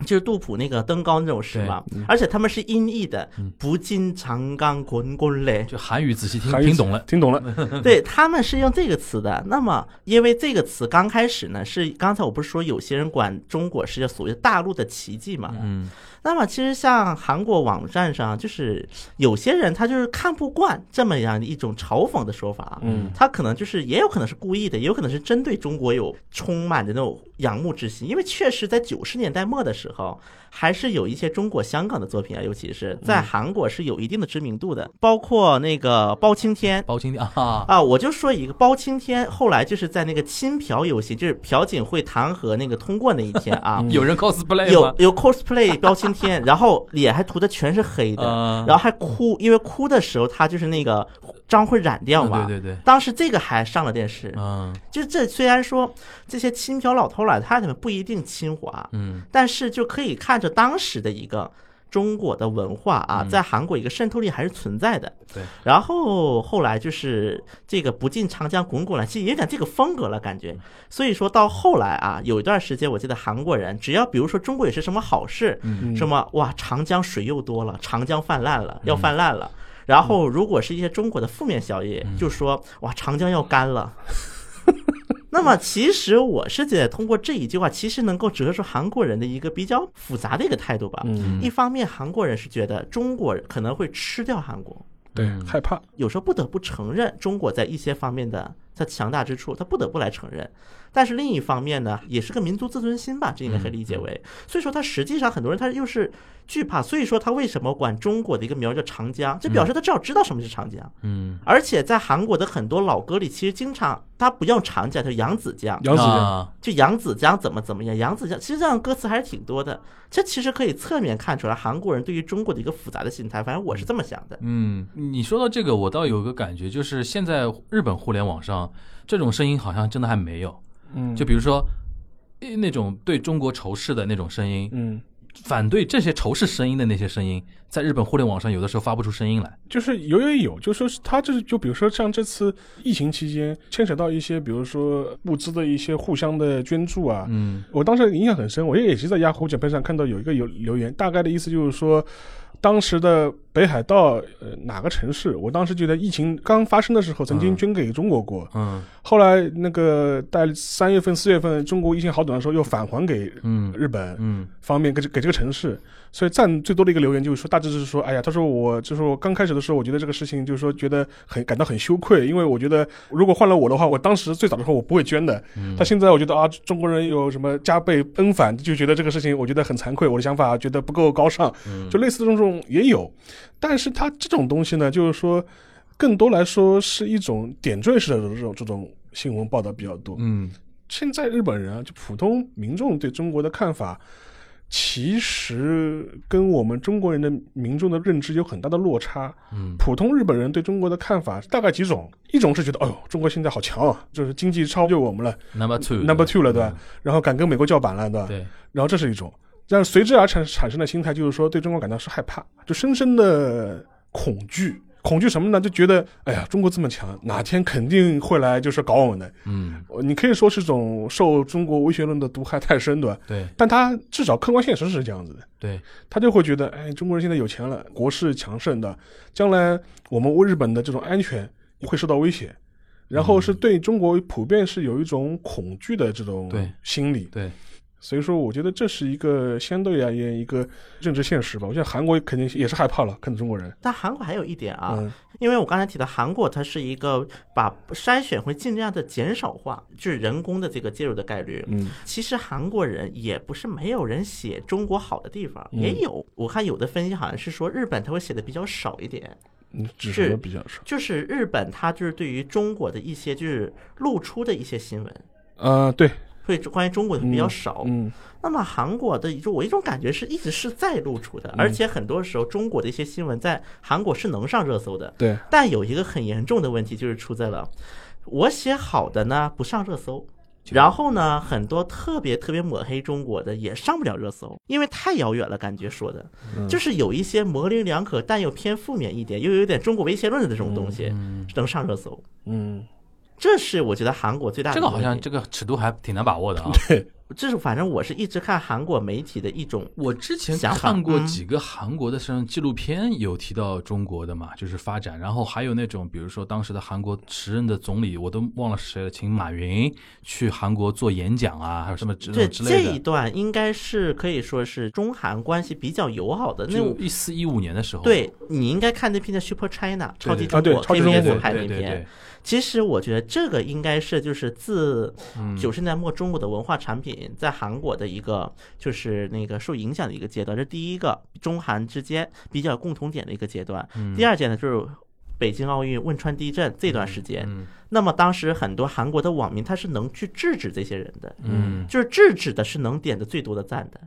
S4: 就是杜甫那个登高那首诗嘛，而且他们是音译的，不进长江滚滚来，
S2: 就韩语仔细听
S3: 韩语
S2: 听懂了。
S3: 听懂了，
S4: 对他们是用这个词的。那么，因为这个词刚开始呢，是刚才我不是说有些人管中国是叫所谓大陆的奇迹嘛？
S2: 嗯，
S4: 那么其实像韩国网站上，就是有些人他就是看不惯这么样一种嘲讽的说法，啊
S3: 嗯，
S4: 他可能就是也有可能是故意的，也有可能是针对中国有充满着那种仰慕之心，因为确实在九十年代末的时候，还是有一些中国香港的作品啊，尤其是在韩国是有一定的知名度的，包括那个包青天，
S2: 包青天啊，，
S4: 啊，我就说一个包青天，后来就是在那个亲朴游行，就是朴槿惠弹劾那个通过那一天啊
S2: 有人 cosplay
S4: 有
S2: 吗？
S4: 有 cosplay 包青天， 然后脸还涂的全是黑的，
S2: 啊
S4: 然后还哭，因为哭的时候他就是那个妆会染掉嘛。
S2: 嗯对对对
S4: 当时这个还上了电视，
S2: 嗯
S4: 就这虽然说这些亲朴老头老太太们不一定亲华，啊
S2: 嗯，
S4: 但是就可以看着当时的一个中国的文化啊，
S2: 嗯
S4: 在韩国一个渗透力还是存在的。
S2: 对，
S4: 然后后来就是这个不进长江滚滚来，其实有点这个风格了感
S2: 嗯
S4: 觉。所以说到后来啊，有一段时间我记得韩国人只要比如说中国也是什么好事，
S3: 嗯
S4: 什么哇长江水又多了，长江泛滥了，要泛滥了。然后，如果是一些中国的负面效应，
S3: 嗯
S4: 就说哇，长江要 干了，那么，其实我是觉得通过这一句话，其实能够折射出韩国人的一个比较复杂的一个态度吧。
S3: 嗯
S4: 一方面，韩国人是觉得中国人可能会吃掉韩国，
S3: 对，害怕，
S4: 有时候不得不承认中国在一些方面的它强大之处，他不得不来承认。但是另一方面呢，也是个民族自尊心吧，这应该可以理解为。所以说，他实际上很多人他又是惧怕，所以说他为什么管中国的一个名儿叫长江，这表示他至少知道什么是长江。
S2: 嗯，
S4: 而且在韩国的很多老歌里，其实经常他不用长江，他就扬子江。
S3: 杨子江，
S2: 啊
S4: 就扬子江怎么怎么样，扬子江，其实这样的歌词还是挺多的。这其实可以侧面看出来韩国人对于中国的一个复杂的心态，反正我是这么想的。
S2: 嗯，你说到这个，我倒有个感觉，就是现在日本互联网上这种声音好像真的还没有。
S3: 嗯，
S2: 就比如说，呃那种对中国仇视的那种声音，
S3: 嗯，
S2: 反对这些仇视声音的那些声音，在日本互联网上有的时候发不出声音来。
S3: 就是有也有，就说是他这就比如说像这次疫情期间牵扯到一些，比如说物资的一些互相的捐助啊，
S2: 嗯
S3: 我当时印象很深，我也也是在雅虎奖杯上看到有一个有留言，大概的意思就是说，当时的北海道呃哪个城市，我当时觉得疫情刚发生的时候，曾经
S2: 嗯
S3: 捐给中国过，
S2: 嗯
S3: 后来那个在三月份、四月份中国疫情好转的时候，又返还给
S2: 嗯
S3: 日本。
S2: 嗯
S3: 方面给这给这个城市，所以赞最多的一个留言就是说，大致就是说，哎呀，他说我就是我刚开始的时候，我觉得这个事情就是说觉得很感到很羞愧，因为我觉得如果换了我的话，我当时最早的时候我不会捐的，
S2: 嗯
S3: 但现在我觉得啊，中国人有什么加倍恩返，就觉得这个事情我觉得很惭愧，我的想法觉得不够高尚，
S2: 嗯
S3: 就类似的这种也有，但是它这种东西呢，就是说更多来说是一种点缀式的这种这种新闻报道比较多，
S2: 嗯
S3: 现在日本人啊，就普通民众对中国的看法，其实跟我们中国人的民众的认知有很大的落差。
S2: 嗯
S3: 普通日本人对中国的看法大概几种，一种是觉得，哎呦，中国现在好强啊，就是经济超越我们了
S2: ，Number Two，Number
S3: ，number two 了，对吧？？然后敢跟美国叫板了，对吧？
S2: 对，
S3: 然后这是一种，但是随之而产产生的心态就是说，对中国感到是害怕，就深深的恐惧。恐惧什么呢？就觉得，哎呀，中国这么强，哪天肯定会来就是搞我们的。
S2: 嗯
S3: 呃你可以说是种受中国唯学论的毒害太深，对吧？
S2: 对
S3: 但他至少客观现实是这样子的，
S2: 对，
S3: 他就会觉得，哎，中国人现在有钱了，国势强盛的，将来我们日本的这种安全会受到威胁，然后是对中国普遍是有一种恐惧的这种
S2: 对
S3: 心理。
S2: 对，
S3: 所以说，我觉得这是一个相对而言一个认知现实吧。我觉得韩国肯定也是害怕了，看着中国人，
S4: 但韩国还有一点啊，
S3: 嗯
S4: 因为我刚才提到韩国，它是一个把筛选会尽量的减少化，就是人工的这个介入的概率。
S3: 嗯，
S4: 其实韩国人也不是没有人写中国好的地方，
S3: 嗯
S4: 也有。我看有的分析好像是说日本他会写的比较少一点，
S3: 嗯，只
S4: 是
S3: 是比较少。
S4: 就是日本它就是对于中国的一些就是露出的一些新闻。
S3: 呃，对，
S4: 会关于中国的比较少，
S3: 嗯
S4: 那么韩国的一种我一种感觉是一直是在露出
S3: 嗯
S4: 的，而且很多时候中国的一些新闻在韩国是能上热搜的，
S3: 对，
S4: 但有一个很严重的问题就是出在了，我写好的呢不上热搜，然后呢很多特别特别抹黑中国的也上不了热搜，因为太遥远了，感觉说的，
S2: 嗯
S4: 就是有一些模棱两可但又偏负面一点，又有点中国威胁论的这种东西
S2: 嗯
S4: 能上热搜，
S3: 嗯，
S4: 这是我觉得韩国最大的
S2: 这个好
S4: 问
S2: 像
S4: 题
S2: 这个尺度还挺难把握的啊。
S4: 这是反正我是一直看韩国媒体的一种
S2: 我之前
S4: 想法
S2: 看过
S4: 嗯
S2: 几个韩国的像纪录片，有提到中国的嘛，就是发展，然后还有那种比如说当时的韩国时任的总理，我都忘了是谁了，请马云去韩国做演讲啊，还有什么之
S4: 对
S2: 之
S4: 这
S2: 类
S4: 一
S2: 的。
S4: 段应该是可以说是中韩关系比较友好的那
S2: 就一四一五年的时候，
S4: 对你应该看那篇叫《Super China》超级
S2: 对
S4: 中
S3: 啊对
S4: 国
S3: 超级中
S4: KBS
S3: 国
S2: 对
S4: 拍那
S2: 对对
S4: 篇
S2: 对，，
S4: 其实我觉得这个应该是就是自
S3: 嗯
S4: 九十年代末中国的文化产品在韩国的一个就是那个受影响的一个阶段，这是第一个中韩之间比较有共同点的一个阶段。
S3: 嗯
S4: 第二件呢就是。北京奥运汶川地震这段时
S3: 嗯
S4: 间，那么当时很多韩国的网民他是能去制止这些人的，
S2: 嗯
S4: 就是制止的是能点的最多的赞的，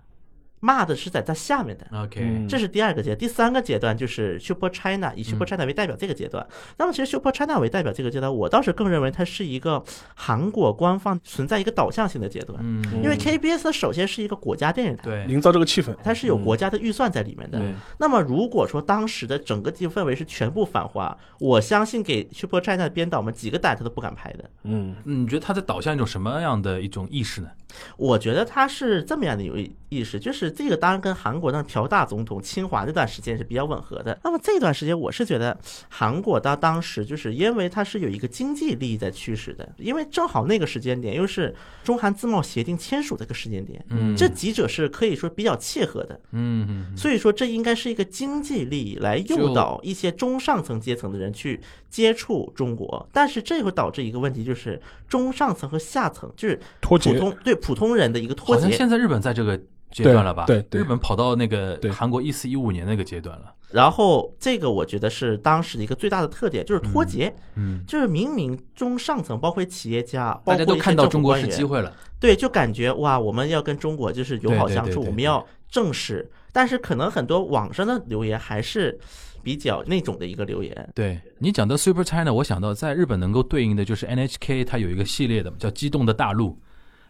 S4: 骂的是在它下面的。
S2: OK，
S3: 嗯
S4: 这是第二个阶段，第三个阶段就是 Super China，以
S2: 嗯
S4: Super China 为代表这个阶段。那么其实 Super China 为代表这个阶段，我倒是更认为它是一个韩国官方存在一个导向性的阶段，
S2: 嗯，
S4: 因为 KBS 它首先是一个国家电视台，
S2: 对嗯
S3: 营造这个气氛。
S4: 它是有国家的预算在里面的。
S2: 对，
S4: 那么如果说当时的整个地氛围是全部反华，我相信给 Super China 的编导们几个胆他都不敢拍的。
S3: 嗯
S2: 嗯你觉得他在导向一种什么样的一种意识呢？
S4: 我觉得他是这么样的有意意识，就是这个当然跟韩国当时朴大总统侵华那段时间是比较吻合的。那么这段时间，我是觉得韩国到当时就是因为它是有一个经济利益在驱使的，因为正好那个时间点又是中韩自贸协定签署的一个时间点，
S2: 嗯
S4: 这几者是可以说比较切合的。
S2: 嗯嗯
S4: 所以说，这应该是一个经济利益来
S2: 就
S4: 诱导一些中上层阶层的人去接触中国，但是这会导致一个问题，就是中上层和下层，就是
S3: 脱节
S4: 普通对普通人的一个脱
S2: 好像
S4: 节。
S2: 现在日本在这个阶段了吧？
S3: 对对对
S2: 日本跑到那个
S3: 对
S2: 韩国一四一五年那个阶段了。
S4: 然后这个我觉得是当时的一个最大的特点，就是脱节，
S2: 嗯，
S4: 就是明明中上层包括企业家，包
S2: 大家
S4: 括一些
S2: 都看到
S4: 政府
S2: 中国
S4: 官
S2: 是
S4: 员
S2: 机会了。
S4: 对，就感觉哇，我们要跟中国就是友好
S2: 对对
S4: 相
S2: 对
S4: 处，
S2: 对
S4: 我们
S2: 对
S4: 要正视。但是可能很多网上的留言还是比较那种的一个留言，
S2: 对你讲到 Super China，我想到在日本能够对应的就是 NHK，它有一个系列的叫《激动的大陆》，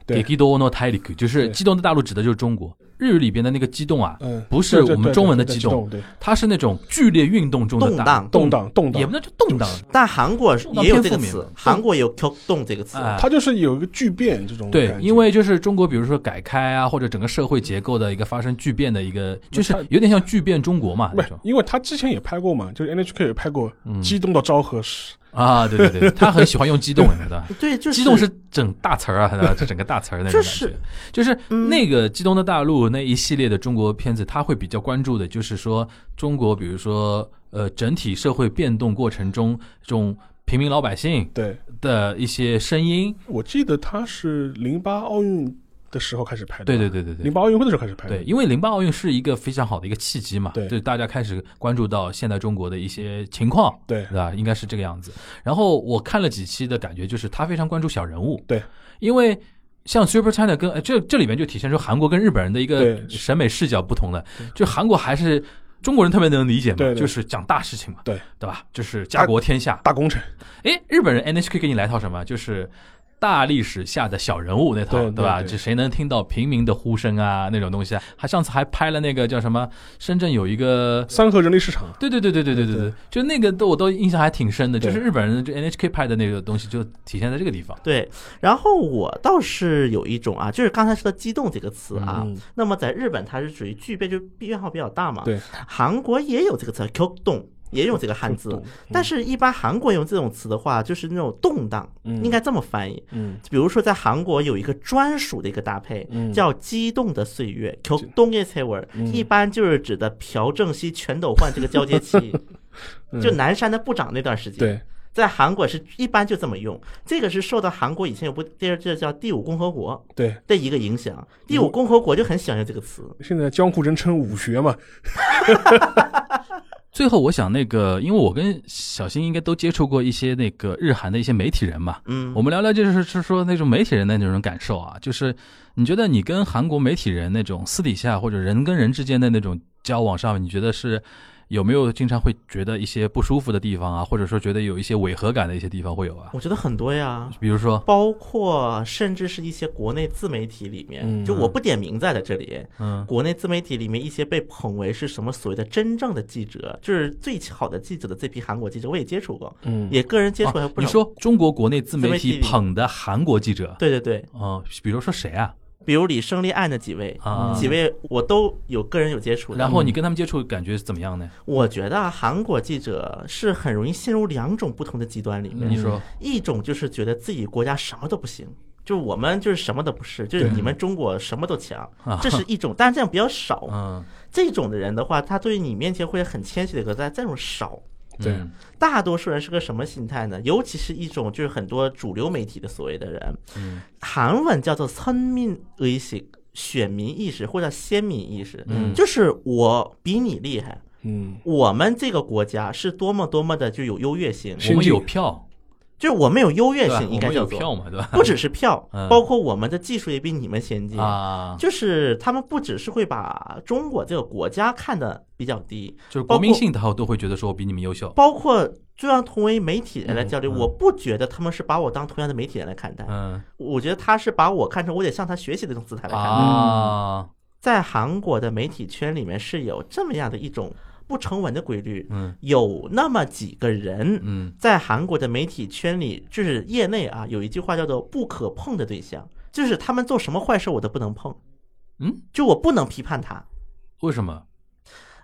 S3: 对
S2: 激动 no t a i k 就是
S3: 对
S2: 激动的大陆指的就是中国。日语里边的那个激动啊，
S3: 嗯，
S2: 不是
S3: 对对
S2: 我们
S3: 对
S2: 中文的
S3: 对
S2: 激
S3: 激
S2: 动，
S3: 对，
S2: 它是那种剧烈运动中的
S4: 动
S2: 大
S4: 荡
S3: 动荡动荡
S2: 也不，能叫动荡，
S4: 但韩国
S2: 那
S4: 也有
S2: 偏
S4: 这个
S2: 负面
S4: 词
S2: 嘛，
S4: 韩国有 “q 动”这个词。
S2: 哎，
S3: 它就是有一个巨变这种
S2: 对
S3: 感，觉
S2: 因为就是中国，比如说改开啊，或者整个社会结构的一个发生巨变的一个，就是有点像巨变中国嘛
S3: 不
S2: 那
S3: 是
S2: 种，
S3: 因为他之前也拍过嘛，就是 NHK 也拍过
S2: 嗯
S3: 《激动到昭和时
S2: 啊，对对对，他很喜欢用激动，你知道吧。
S4: 对，就是
S2: 激动是整大词儿啊， 对吧整个大词儿那种感
S4: 就是
S2: 觉，就是
S4: 嗯
S2: 那个《激动的大陆》那一系列的中国片子，他会比较关注的，就是说中国，比如说呃，整体社会变动过程中，这种平民老百姓》。
S3: 对，
S2: 的一些声音，
S3: 我记得他是零八奥运的时候开始拍的，
S2: 对对，对对对，
S3: 零八奥运会的时候开始拍的，
S2: 对，因为零八奥运是一个非常好的一个契机嘛，
S3: 对
S2: 就是大家开始关注到现代中国的一些情况，
S3: 对
S2: 对吧？应该是这个样子。然后我看了几期的感觉就是他非常关注小人物，
S3: 对，
S2: 因为。像 Super China 跟呃这这里面就体现出韩国跟日本人的一个
S3: 对
S2: 审美视角不同的，就韩国还是中国人特别能理解嘛，
S3: 对对
S2: 就是讲大事情嘛，
S3: 对
S2: 对吧？就是家国天下。
S3: 大工程，
S2: 哎，日本人 NHK 给你来套什么？就是大历史下的小人物那套，
S3: 对对
S2: 吧？
S3: 对
S2: 就谁能听到平民的呼声啊，那种东西啊。还上次还拍了那个叫什么，深圳有一个。
S3: 三和人力市场，
S2: 对对对对对对对对，就那个都我都印象还挺深的，就
S3: 对
S2: 是日本人就 NHK 拍的那个东西，就体现在这个地方。
S4: 对，然后我倒是有一种啊，就是刚才说的“激动”这个词啊，
S3: 嗯
S4: 那么在日本它是属于具备就变化比较大嘛，
S3: 对，
S4: 韩国也有这个词 “q 动”，也有这个汉字
S3: 动，
S4: 但是一般韩国用这种词的话，就是那种动荡，
S3: 嗯
S4: 应该这么翻译。
S3: 嗯，
S4: 比如说，在韩国有一个专属的一个搭配，
S3: 嗯
S4: 叫“激动的岁月 ”（Q 动의岁月），一般就是指的朴正熙全斗焕这个交 接期，就南山的部长那段时间。
S3: 嗯对，
S4: 在韩国是一般就这么用，这个是受到韩国以前有部电视剧叫《第五共和国
S3: 对，》
S4: 的一个影响，《第
S3: 嗯
S4: 五共和国》就很喜欢用这个词。
S3: 现在江湖人称武学嘛，
S2: 最后，我想那个，因为我跟小新应该都接触过一些那个日韩的一些媒体人嘛，
S4: 嗯
S2: 我们聊聊就是是说那种媒体人的那种感受啊，就是你觉得你跟韩国媒体人那种私底下或者人跟人之间的那种交往上，你觉得是有没有经常会觉得一些不舒服的地方啊，或者说觉得有一些违和感的一些地方会有啊？
S4: 我觉得很多呀，
S2: 比如说，
S4: 包括甚至是一些国内自媒体里面，就我不点名在了这里，
S2: 嗯
S4: 国内自媒体里面一些被捧为是什么所谓的真正的记者，就是最好的记者的这批韩国记者，我也接触过，
S3: 嗯，
S4: 也个人接触还
S2: 啊
S4: 有不
S2: 你
S4: 少。
S2: 说中国国内自媒
S4: 自媒
S2: 体
S4: 体里
S2: 捧的韩国记者，
S4: 对对对，
S2: 嗯，比如说谁啊？
S4: 比如李胜利案的几位
S2: 啊，
S4: 几位我都有个人有接触的。
S2: 然后你跟他们接触感觉怎么样呢？
S4: 我觉得啊韩国记者是很容易陷入两种不同的极端里面。
S2: 嗯你说，
S4: 一种就是觉得自己国家什么都不行，就是我们就是什么都不是，就是你们中国什么都强
S2: 啊，
S4: 这是一种，但是这样比较少。
S2: 嗯，
S4: 这种的人的话，他对你面前会很谦虚的一个，但这种少。
S3: 对
S2: 嗯
S4: 大多数人是个什么心态呢？尤其是一种就是很多主流媒体的所谓的人，
S2: 嗯
S4: 韩文叫做村民의식，选民意识或者先民意识，
S2: 嗯
S4: 就是我比你厉害，
S3: 嗯，
S4: 我们这个国家是多么多么的就有优越性，
S2: 我
S3: 先
S2: 们
S3: 进
S2: 有票，
S4: 就是我们有优越
S2: 对吧
S4: 性，应
S2: 我
S4: 该
S2: 们
S4: 叫
S2: 有
S4: 做
S2: 票嘛，对吧？
S4: 不只是票
S2: 嗯，
S4: 包括我们的技术也比你们先进。
S2: 啊，
S4: 就是他们不只是会把中国这个国家看得比较低，
S2: 就是
S4: 包
S2: 国民
S4: 括
S2: 性，他都会觉得说我比你们优秀。
S4: 包括就让同为媒体人来交流，
S2: 嗯嗯
S4: 我不觉得他们是把我当同样的媒体人来看待，
S2: 嗯
S4: 我觉得他是把我看成我得向他学习的这种姿态来看待。
S2: 啊，
S4: 在韩国的媒体圈里面是有这么样的一种不成文的规律，
S2: 嗯
S4: 有那么几个人
S2: 嗯
S4: 在韩国的媒体圈里，就是业内啊，有一句话叫做“不可碰的对象”，就是他们做什么坏事我都不能碰，
S2: 嗯，
S4: 就我不能批判他。
S2: 为什么？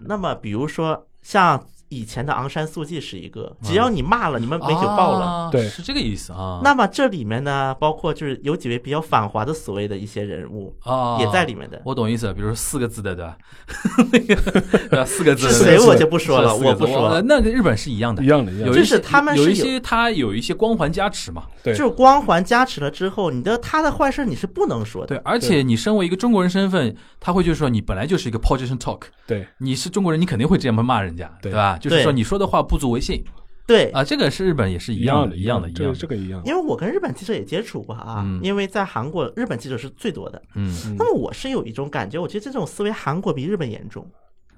S4: 那么比如说像以前的昂山素季是一个，只要你骂了，你 们媒体就爆了。
S2: 嗯啊
S3: 对
S2: 是这个意思啊。
S4: 那么这里面呢，包括就是有几位比较反华的所谓的一些人物
S2: 啊
S4: 也在里面的。
S2: 我懂意思，比如说四个字的，对吧？ 那个对 吧？四个字
S4: 是
S2: 的
S3: 四个
S4: 谁
S3: 字
S4: 我就不说了，
S2: 四个
S4: 我
S2: 字
S4: 不说
S2: 我
S4: 了。
S2: 那日本是一样的
S3: 一，样的，一样
S2: 有
S3: 的。
S2: 一
S4: 就是
S2: 些
S4: 他们
S2: 有
S4: 是
S2: 一
S4: 有
S2: 些它有一些光环加持嘛。
S3: 对
S4: 就是光环加持了之后，你的他的坏事你是不能说的。
S2: 对，而且你身为一个中国人身份，他会就是说你本来就是一个 position talk，
S3: 对，
S2: 你是中国人，你肯定会这样骂人家，
S3: 对
S2: 对吧？就是说你说的话不足为信
S4: 对，
S2: 啊，这个是日本也是一样的，一样的，一
S3: 这
S2: 样
S3: 这
S2: 的。
S3: 个一样。
S4: 因为我跟日本记者也接触过啊，
S2: 嗯
S4: 因为在韩国日本记者是最多的。
S2: 嗯，
S3: 嗯
S4: 那么我是有一种感觉，我觉得这种思维韩国比日本严重。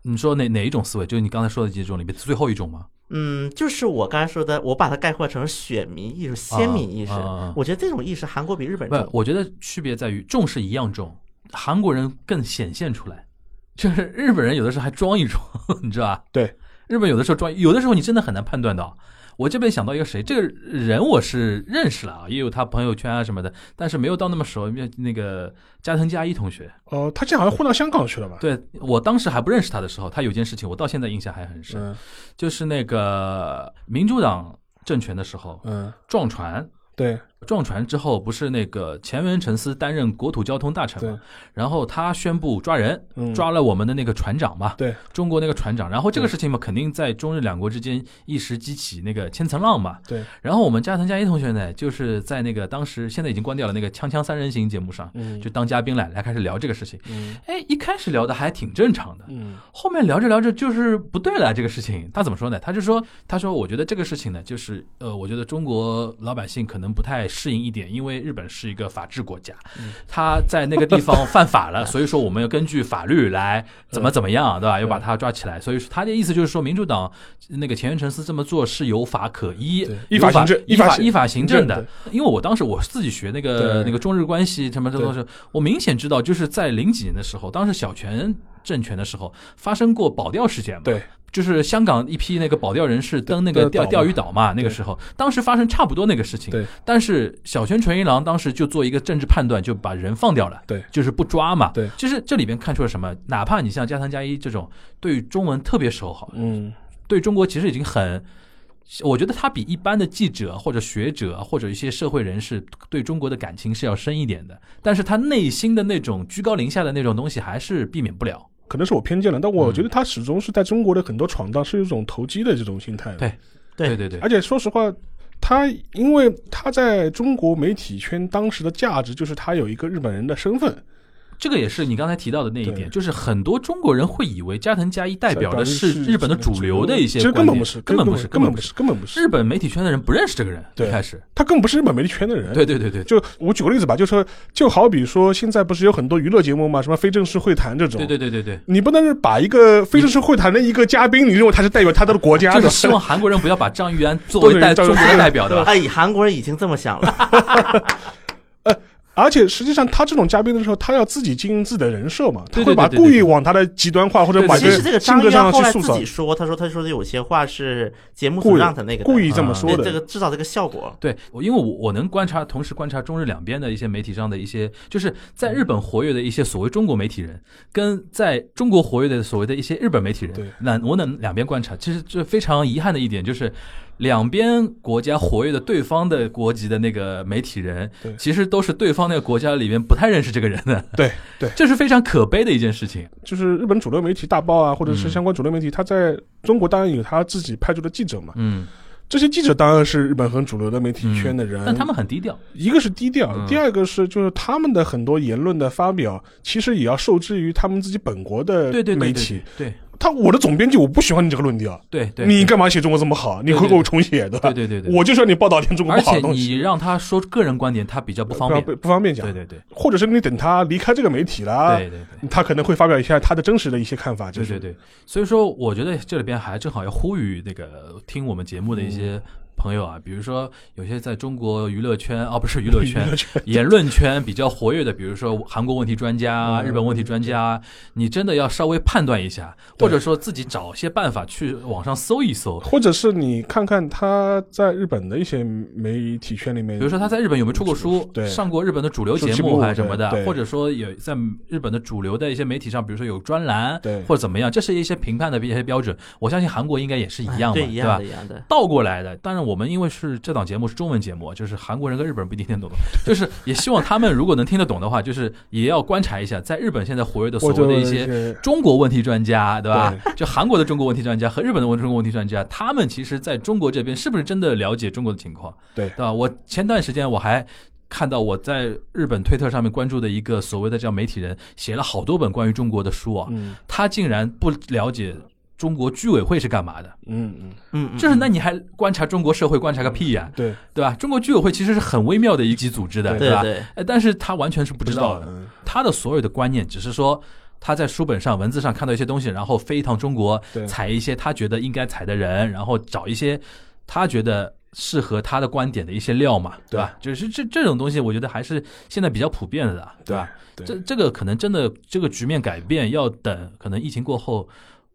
S2: 你说哪哪一种思维？就是你刚才说的几种里面最后一种吗？
S4: 嗯，就是我刚才说的，我把它概括成选民意识、先民意识
S2: 啊啊啊。
S4: 我觉得这种意识韩国比日本
S2: 不
S4: 重，。
S2: 我觉得区别在于重是一样重，韩国人更显现出来，就是日本人有的时候还装一装， 你知道吧？
S3: 对，
S2: 日本有的时候装，有的时候你真的很难判断到。我这边想到一个谁，这个人我是认识了啊，也有他朋友圈啊什么的，但是没有到那么熟。那个加藤加一同学，
S3: 哦，他这好像混到香港去了吧？
S2: 对我当时还不认识他的时候，他有件事情我到现在印象还很深，
S3: 嗯
S2: 就是那个民主党政权的时候
S3: 嗯，
S2: 撞船，
S3: 对
S2: 撞船之后不是那个前原诚司担任国土交通大臣
S3: 对
S2: 嘛，然后他宣布抓人，
S3: 嗯
S2: 抓了我们的那个船长嘛，
S3: 对，
S2: 中国那个船长，然后这个
S3: 对
S2: 事情嘛，肯定在中日两国之间一时激起那个千层浪嘛，
S3: 对，
S2: 然后我们加藤加一同学呢，就是在那个当时现在已经关掉了那个《锵锵三人行》节目上，
S3: 嗯
S2: 就当嘉宾来来开始聊这个事情，
S3: 嗯
S2: 哎，一开始聊的还挺正常的，
S3: 嗯
S2: 后面聊着聊着就是不对了，这个事情他怎么说呢？他就说，他说我觉得这个事情呢，就是呃，我觉得中国老百姓可能不太适应一点，因为日本是一个法治国家，
S3: 嗯
S2: 他在那个地方犯法 了，所以说我们要根据法律来怎么怎么样，
S3: 嗯
S2: 对吧？要把他抓起来。所以说他的意思就是说，民主党那个前原诚司这么做是有法可依
S3: 对，
S2: 有
S3: 依法行政
S2: 依
S3: 依法
S2: 法
S3: 行
S2: 依法行政的
S3: 政。
S2: 因为我当时我自己学那个
S3: 对
S2: 那个中日关系什么这东西，我明显知道，就是在零几年的时候，当时小泉政权的时候发生过保钓事件嘛。
S3: 对。
S2: 就是香港一批那个保钓人士登那个
S3: 对
S2: 钓
S3: 岛嘛
S2: 钓鱼岛嘛，那个时候当时发生差不多那个事情，
S3: 对，
S2: 但是小泉纯一郎当时就做一个政治判断，就把人放掉了，
S3: 对
S2: 就是不抓嘛，
S3: 对
S2: 就是这里边看出了什么？哪怕你像加藤加一这种对中文特别熟好，
S3: 嗯
S2: 对中国其实已经很。我觉得他比一般的记者或者学者或者一些社会人士对中国的感情是要深一点的，但是他内心的那种居高临下的那种东西还是避免不了。
S3: 可能是我偏见了，但我觉得他始终是在中国的很多闯荡是一种投机的这种心态。
S2: 对
S4: 对
S2: 对对，
S3: 而且说实话，他因为他在中国媒体圈当时的价值就是他有一个日本人的身份，
S2: 这个也是你刚才提到的那一点，
S3: 对
S2: 就是很多中国人会以为加藤加一代表的是日本的主流的一些
S3: 其实
S2: 观
S3: 根
S2: 点，
S3: 本不是，
S2: 根本
S3: 不
S2: 不是，
S3: 根本
S2: 不
S3: 不。是，根本不是，
S2: 日本媒体圈的人不认识这个人，
S3: 对
S2: 一开始，
S3: 他根本不是日本媒体圈的人。
S2: 对对对对，
S3: 就我举个例子吧，就说就好比说现在不是有很多娱乐节目嘛，什么非正式会谈这种，
S2: 对对对对对，
S3: 你不能是把一个非正式会谈的一个嘉宾，你认为他是代表他的国家
S2: 就
S3: 的，
S2: 是希望韩国人不要把张玉安作为代
S3: 对
S2: 中
S3: 对对
S2: 国的代 表的吧？
S4: 哎，韩国人已经这么想了。
S3: 而且实际上他这种嘉宾的时候，他要自己经营自己的人设嘛，他
S2: 对
S3: 会
S2: 对
S3: 把
S2: 对对对
S3: 故意往他的极端化或者
S2: 对
S3: 把
S4: 其实这个
S3: 性
S4: 张
S3: 格
S4: 一
S3: 上
S4: 安后
S3: 去
S4: 来
S3: 塑
S4: 自
S3: 造
S4: 己，说，他说他说的有些话是节目
S3: 故
S4: 组
S3: 意
S4: 让他那个的
S3: 故意
S2: 啊
S3: 这么说
S4: 对
S3: 的。
S4: 这个制造这个效果。
S2: 对，我因为我我能观察，同时观察中日两边的一些媒体上的一些，就是在日本活跃的一些所谓中国媒体人，跟在中国活跃的所谓的一些日本媒体
S3: 对
S2: 人，那我能两边观察，其实这非常遗憾的一点就是，两边国家活跃的对方的国籍的那个媒体人
S3: 对，
S2: 其实都是对方那个国家里面不太认识这个人的，
S3: 对对，
S2: 这是非常可悲的一件事情。
S3: 就是日本主流媒体大报啊，或者是
S2: 嗯
S3: 相关主流媒体，他在中国当然有他自己派驻的记者嘛。
S2: 嗯，
S3: 这些记者当然是日本很主流的媒体圈的人，
S2: 但嗯他们很低调。
S3: 一个是低调，
S2: 嗯
S3: 第二个是就是他们的很多言论的发表，其实也要受制于他们自己本国的
S2: 对对对
S3: 呃媒
S2: 对
S3: 体。
S2: 对，
S3: 他我的总编辑我不喜欢你这个论调，
S2: 对对，
S3: 你干嘛写中国这么好？你
S2: 对
S3: 会
S2: 对
S3: 给我重写的，
S2: 对对对对，
S3: 我就说你报道点中国
S2: 而
S3: 不好
S2: 且
S3: 的东西，
S2: 你让他说个人观点，他比较不方便
S3: 不。不方便讲
S2: 对，对对
S3: 或者是你等他离开这个媒体了，
S2: 对对对。
S3: 他可能会发表一下他的真实的一些看法，就
S2: 对
S3: 是
S2: 对对，所以说我觉得这里边还正好要呼吁那个听我们节目的一些朋友啊，比如说有些在中国娱乐圈啊，不 是娱乐圈，言论圈比较活跃的，比如说韩国问题专家、啊日本问题专家，你真的要稍微判断一下，
S3: 对
S2: 或者说自己找些办法去网上搜一搜，
S3: 或者是你看看他在日本的一些媒体圈里面，
S2: 比如说他在日本有没有出过书，
S3: 对
S2: 上过日本的主流节
S3: 主
S2: 目
S3: 流
S2: 还是什么的
S3: 对，对
S2: 或者说有在日本的主流的一些媒体上，比如说有专栏，
S3: 对
S2: 或者怎么样，这是一些评判的一些标准。我相信韩国应该也是一样嘛，
S4: 哎对，一
S2: 对
S4: 样
S2: 吧
S4: 的，？一样的。
S2: 倒过来的，当然我们因为是这档节目是中文节目，就是韩国人跟日本人不一定听得懂， 就是也希望他们如果能听得懂的话，就是也要观察一下，在日本现在活跃的所
S3: 或
S2: 谓
S3: 者
S2: 的一些
S3: 些
S2: 中国问题专家，对吧？就韩国的中国问题专家和日本的中国问题专家，他们其实在中国这边是不是真的了解中国的情况？
S3: 对
S2: 对吧？我前段时间我还。看到我在日本推特上面关注的一个所谓的叫媒体人，写了好多本关于中国的书啊，
S3: 嗯
S2: 他竟然不了解中国居委会是干嘛的，
S3: 嗯嗯，
S4: 嗯，嗯
S2: 就是那你还观察中国社会观察个屁呀、
S3: 对
S2: 对吧？中国居委会其实是很微妙的一级组织的，
S4: 对
S2: 吧？
S4: 对，
S2: 哎，但是他完全是不知道的，
S3: 嗯
S2: 他的所有的观念只是说他在书本上、文字上看到一些东西，然后飞一趟中国，
S3: 对
S2: 踩一些他觉得应该踩的人，然后找一些他觉得适合他的观点的一些料嘛，对吧？就是这这种东西，我觉得还是现在比较普遍的，对吧？
S3: 对
S2: 这这个可能真的这个局面改变要等可能疫情过后，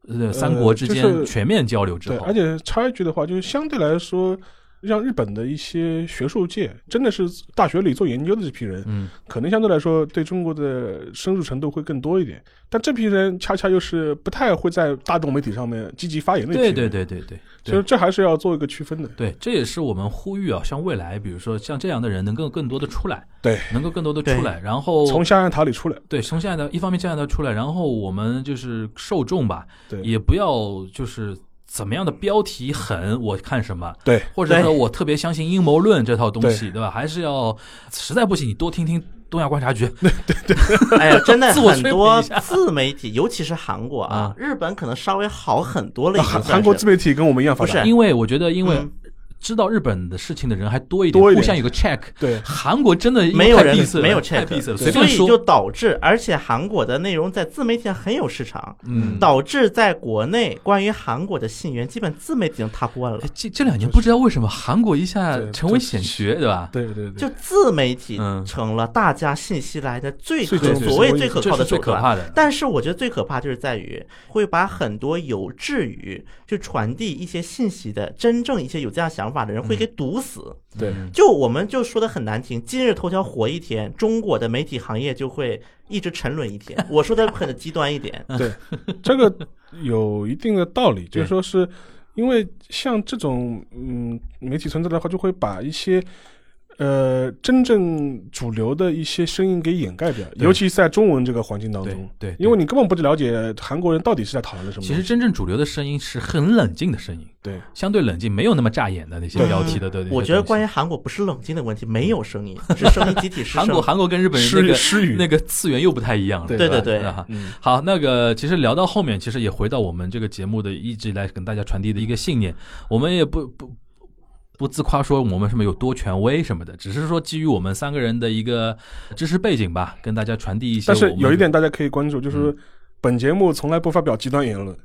S2: 呃，三国之
S3: 就
S2: 间
S3: 是
S2: 全面交流之
S3: 对，
S2: 后，
S3: 而且插一句的话，就是相对来说。让日本的一些学术界，真的是大学里做研究的这批人，
S2: 嗯，
S3: 可能相对来说对中国的深入程度会更多一点，但这批人恰恰又是不太会在大众媒体上面积极发言的一批
S2: 对
S3: 人，
S2: 对对对对。
S3: 所以这还是要做一个区分的。
S2: 对，这也是我们呼吁啊，像未来，比如说像这样的人能够更多的出来，
S3: 对，
S2: 能够更多的出来，然后
S3: 从象牙塔里出来，
S2: 对从现在的一方面这样的出来，然后我们就是受众吧，
S3: 对
S2: 也不要就是怎么样的标题狠，我看什么。
S3: 对
S2: 或者说我特别相信阴谋论这套东西，
S3: 对
S2: 对吧？还是要实在不行，你多听听东亚观察局，
S4: 哎 呀，真的
S2: 自我
S4: 很
S2: 吹捧
S4: 多
S2: 一下
S4: 自媒体，尤其是韩国啊，日本可能稍微好很多了已经
S3: 韩
S4: 算是。
S3: 韩国自媒体跟我们一样发
S4: 不
S3: 达
S4: 是，
S2: 因为我觉得，因为
S4: 嗯
S2: 知道日本的事情的人还多一点，
S3: 多一点
S2: 互相有个 check。
S3: 对
S2: 韩国真的因为
S4: 没有
S2: 太
S4: 人
S2: 闭塞了
S4: 没有
S2: 太
S4: check，
S2: 闭塞了，随
S4: 所
S2: 便
S4: 以
S2: 说，
S4: 就导致，而且韩国的内容在自媒体上很有市场，
S2: 嗯，
S4: 导致在国内关于韩国的信源基本自媒体已经 top one 了
S2: 哎。这这两年不知道为什么韩国一下
S3: 对
S2: 成为显学，对吧？
S3: 对对对，
S4: 就自媒体
S2: 嗯
S4: 成了大家信息来的最可
S3: 最可
S4: 所谓最可
S2: 这
S4: 靠
S2: 是
S4: 的
S2: 最
S4: 手
S2: 可
S4: 段。
S2: 怕的。
S4: 但是我觉得最可怕就是在于会把很多有志于就传递一些信息的真正一些有这样想法的人
S2: 嗯
S4: 会给堵死。
S3: 对
S4: 就我们就说的很难听，今日头条火一天，中国的媒体行业就会一直沉沦 一天。我说的可能极端一点，
S2: 啊
S3: 这个有一定的道理，就
S2: 对
S3: 是说是因为像这种嗯媒体存在的话，就会把一些。呃，真正主流的一些声音给掩盖掉，
S2: 对
S3: 尤其是在中文这个环境当
S2: 对
S3: 中，
S2: 对，对
S3: 因为你根本不了解韩国人到底是在讨论的什么
S2: 其
S3: 东
S2: 实
S3: 西。
S2: 真正主流的声音是很冷静的声音，
S3: 对，
S2: 相对冷静，没有那么扎眼的那些
S3: 对
S2: 标题的。对，
S4: 我觉得关
S2: 于
S4: 于韩国不是冷静的问题，没有声音，是声音集体失
S2: 韩国，
S4: 声。
S2: 韩国跟日本人
S3: 失
S2: 那个
S3: 失语
S2: 那个次元又不太一样了。
S3: 对
S4: 对
S2: 吧
S4: 对对
S2: 吧
S3: 嗯
S2: 好，那个其实聊到后面，其实也回到我们这个节目的一直来跟大家传递的一个信念，我们也不不。不自夸说我们什么有多权威什么的，只是说基于我们三个人的一个知识背景吧，跟大家传递一些。
S3: 但是有一，点大家可以关注，就是
S2: 嗯
S3: 说本节目从来不发表极端言论。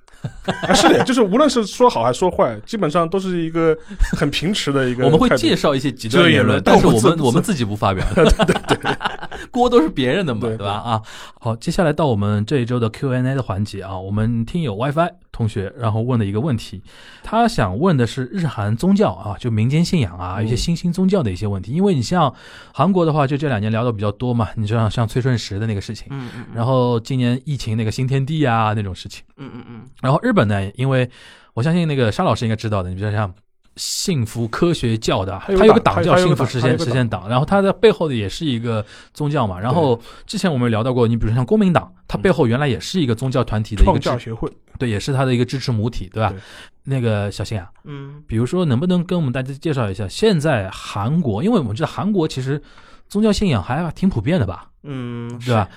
S3: 啊，是的，就是无论是说好还是说坏，基本上都是一个很平持的一个态
S2: 我
S3: 度。
S2: 们会介绍一些极端
S3: 这
S2: 言
S3: 言
S2: 论
S3: 论，
S2: 但是
S3: 但
S2: 我
S3: 我
S2: 们
S3: 自
S2: 我们自己不发表，对对对， 锅都是别人的嘛，
S3: 对
S2: 对吧？啊，好，接下来到我们这一周的 Q&A 的环节啊，我们听友 WiFi 同学然后问的一个问题，他想问的是日韩宗教啊，就民间信仰啊，一些新兴宗教的一些问题，因为你像韩国的话，就这两年聊的比较多嘛，你像像崔顺实的那个事情，
S4: 嗯嗯
S2: 然后今年疫情那个新天地啊那种事情。
S4: 嗯嗯嗯，
S2: 然后日本呢，因为我相信那个沙老师应该知道的，你比如像幸福科学教的，
S3: 还有
S2: 它有个党
S3: 党还
S2: 叫
S3: 还有
S2: 幸
S3: 个
S2: 福
S3: 党
S2: 实
S3: 还有
S2: 现
S3: 个
S2: 实现党，然后它的背后的也是一个宗教嘛。然后之前我们有聊到过，你比如像公民党，它背后原来也是一个宗教团体的一
S3: 创
S2: 个
S3: 教
S2: 支，
S3: 协会，
S2: 对，也是它的一个支持母体，对吧
S3: 对？
S2: 那个小新啊，
S4: 嗯，
S2: 比如说能不能跟我们大家介绍一下，现在韩国，因为我们知道韩国其实宗教信仰还挺普遍的吧，
S4: 嗯，
S2: 对吧？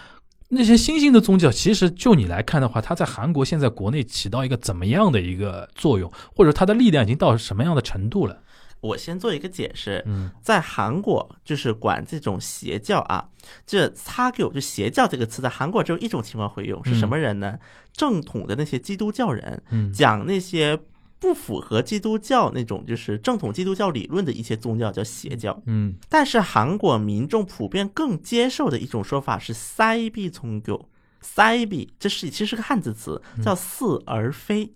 S2: 那些新兴的宗教，其实就你来看的话，它在韩国现在国内起到一个怎么样的一个作用，或者它的力量已经到什么样的程度了？
S4: 我先做一个解释，
S2: 嗯
S4: 在韩国就是管这种邪教啊，这 “sagu” 就邪教这个词，在韩国只有一种情况会用，是什么人呢？正统的那些基督教人，
S2: 嗯
S4: 讲那些不符合基督教那种就是正统基督教理论的一些宗教叫邪教。
S2: 嗯
S4: 但是韩国民众普遍更接受的一种说法是 “sabi 宗教 ”，sabi 这是其实是个汉字词，叫似而非，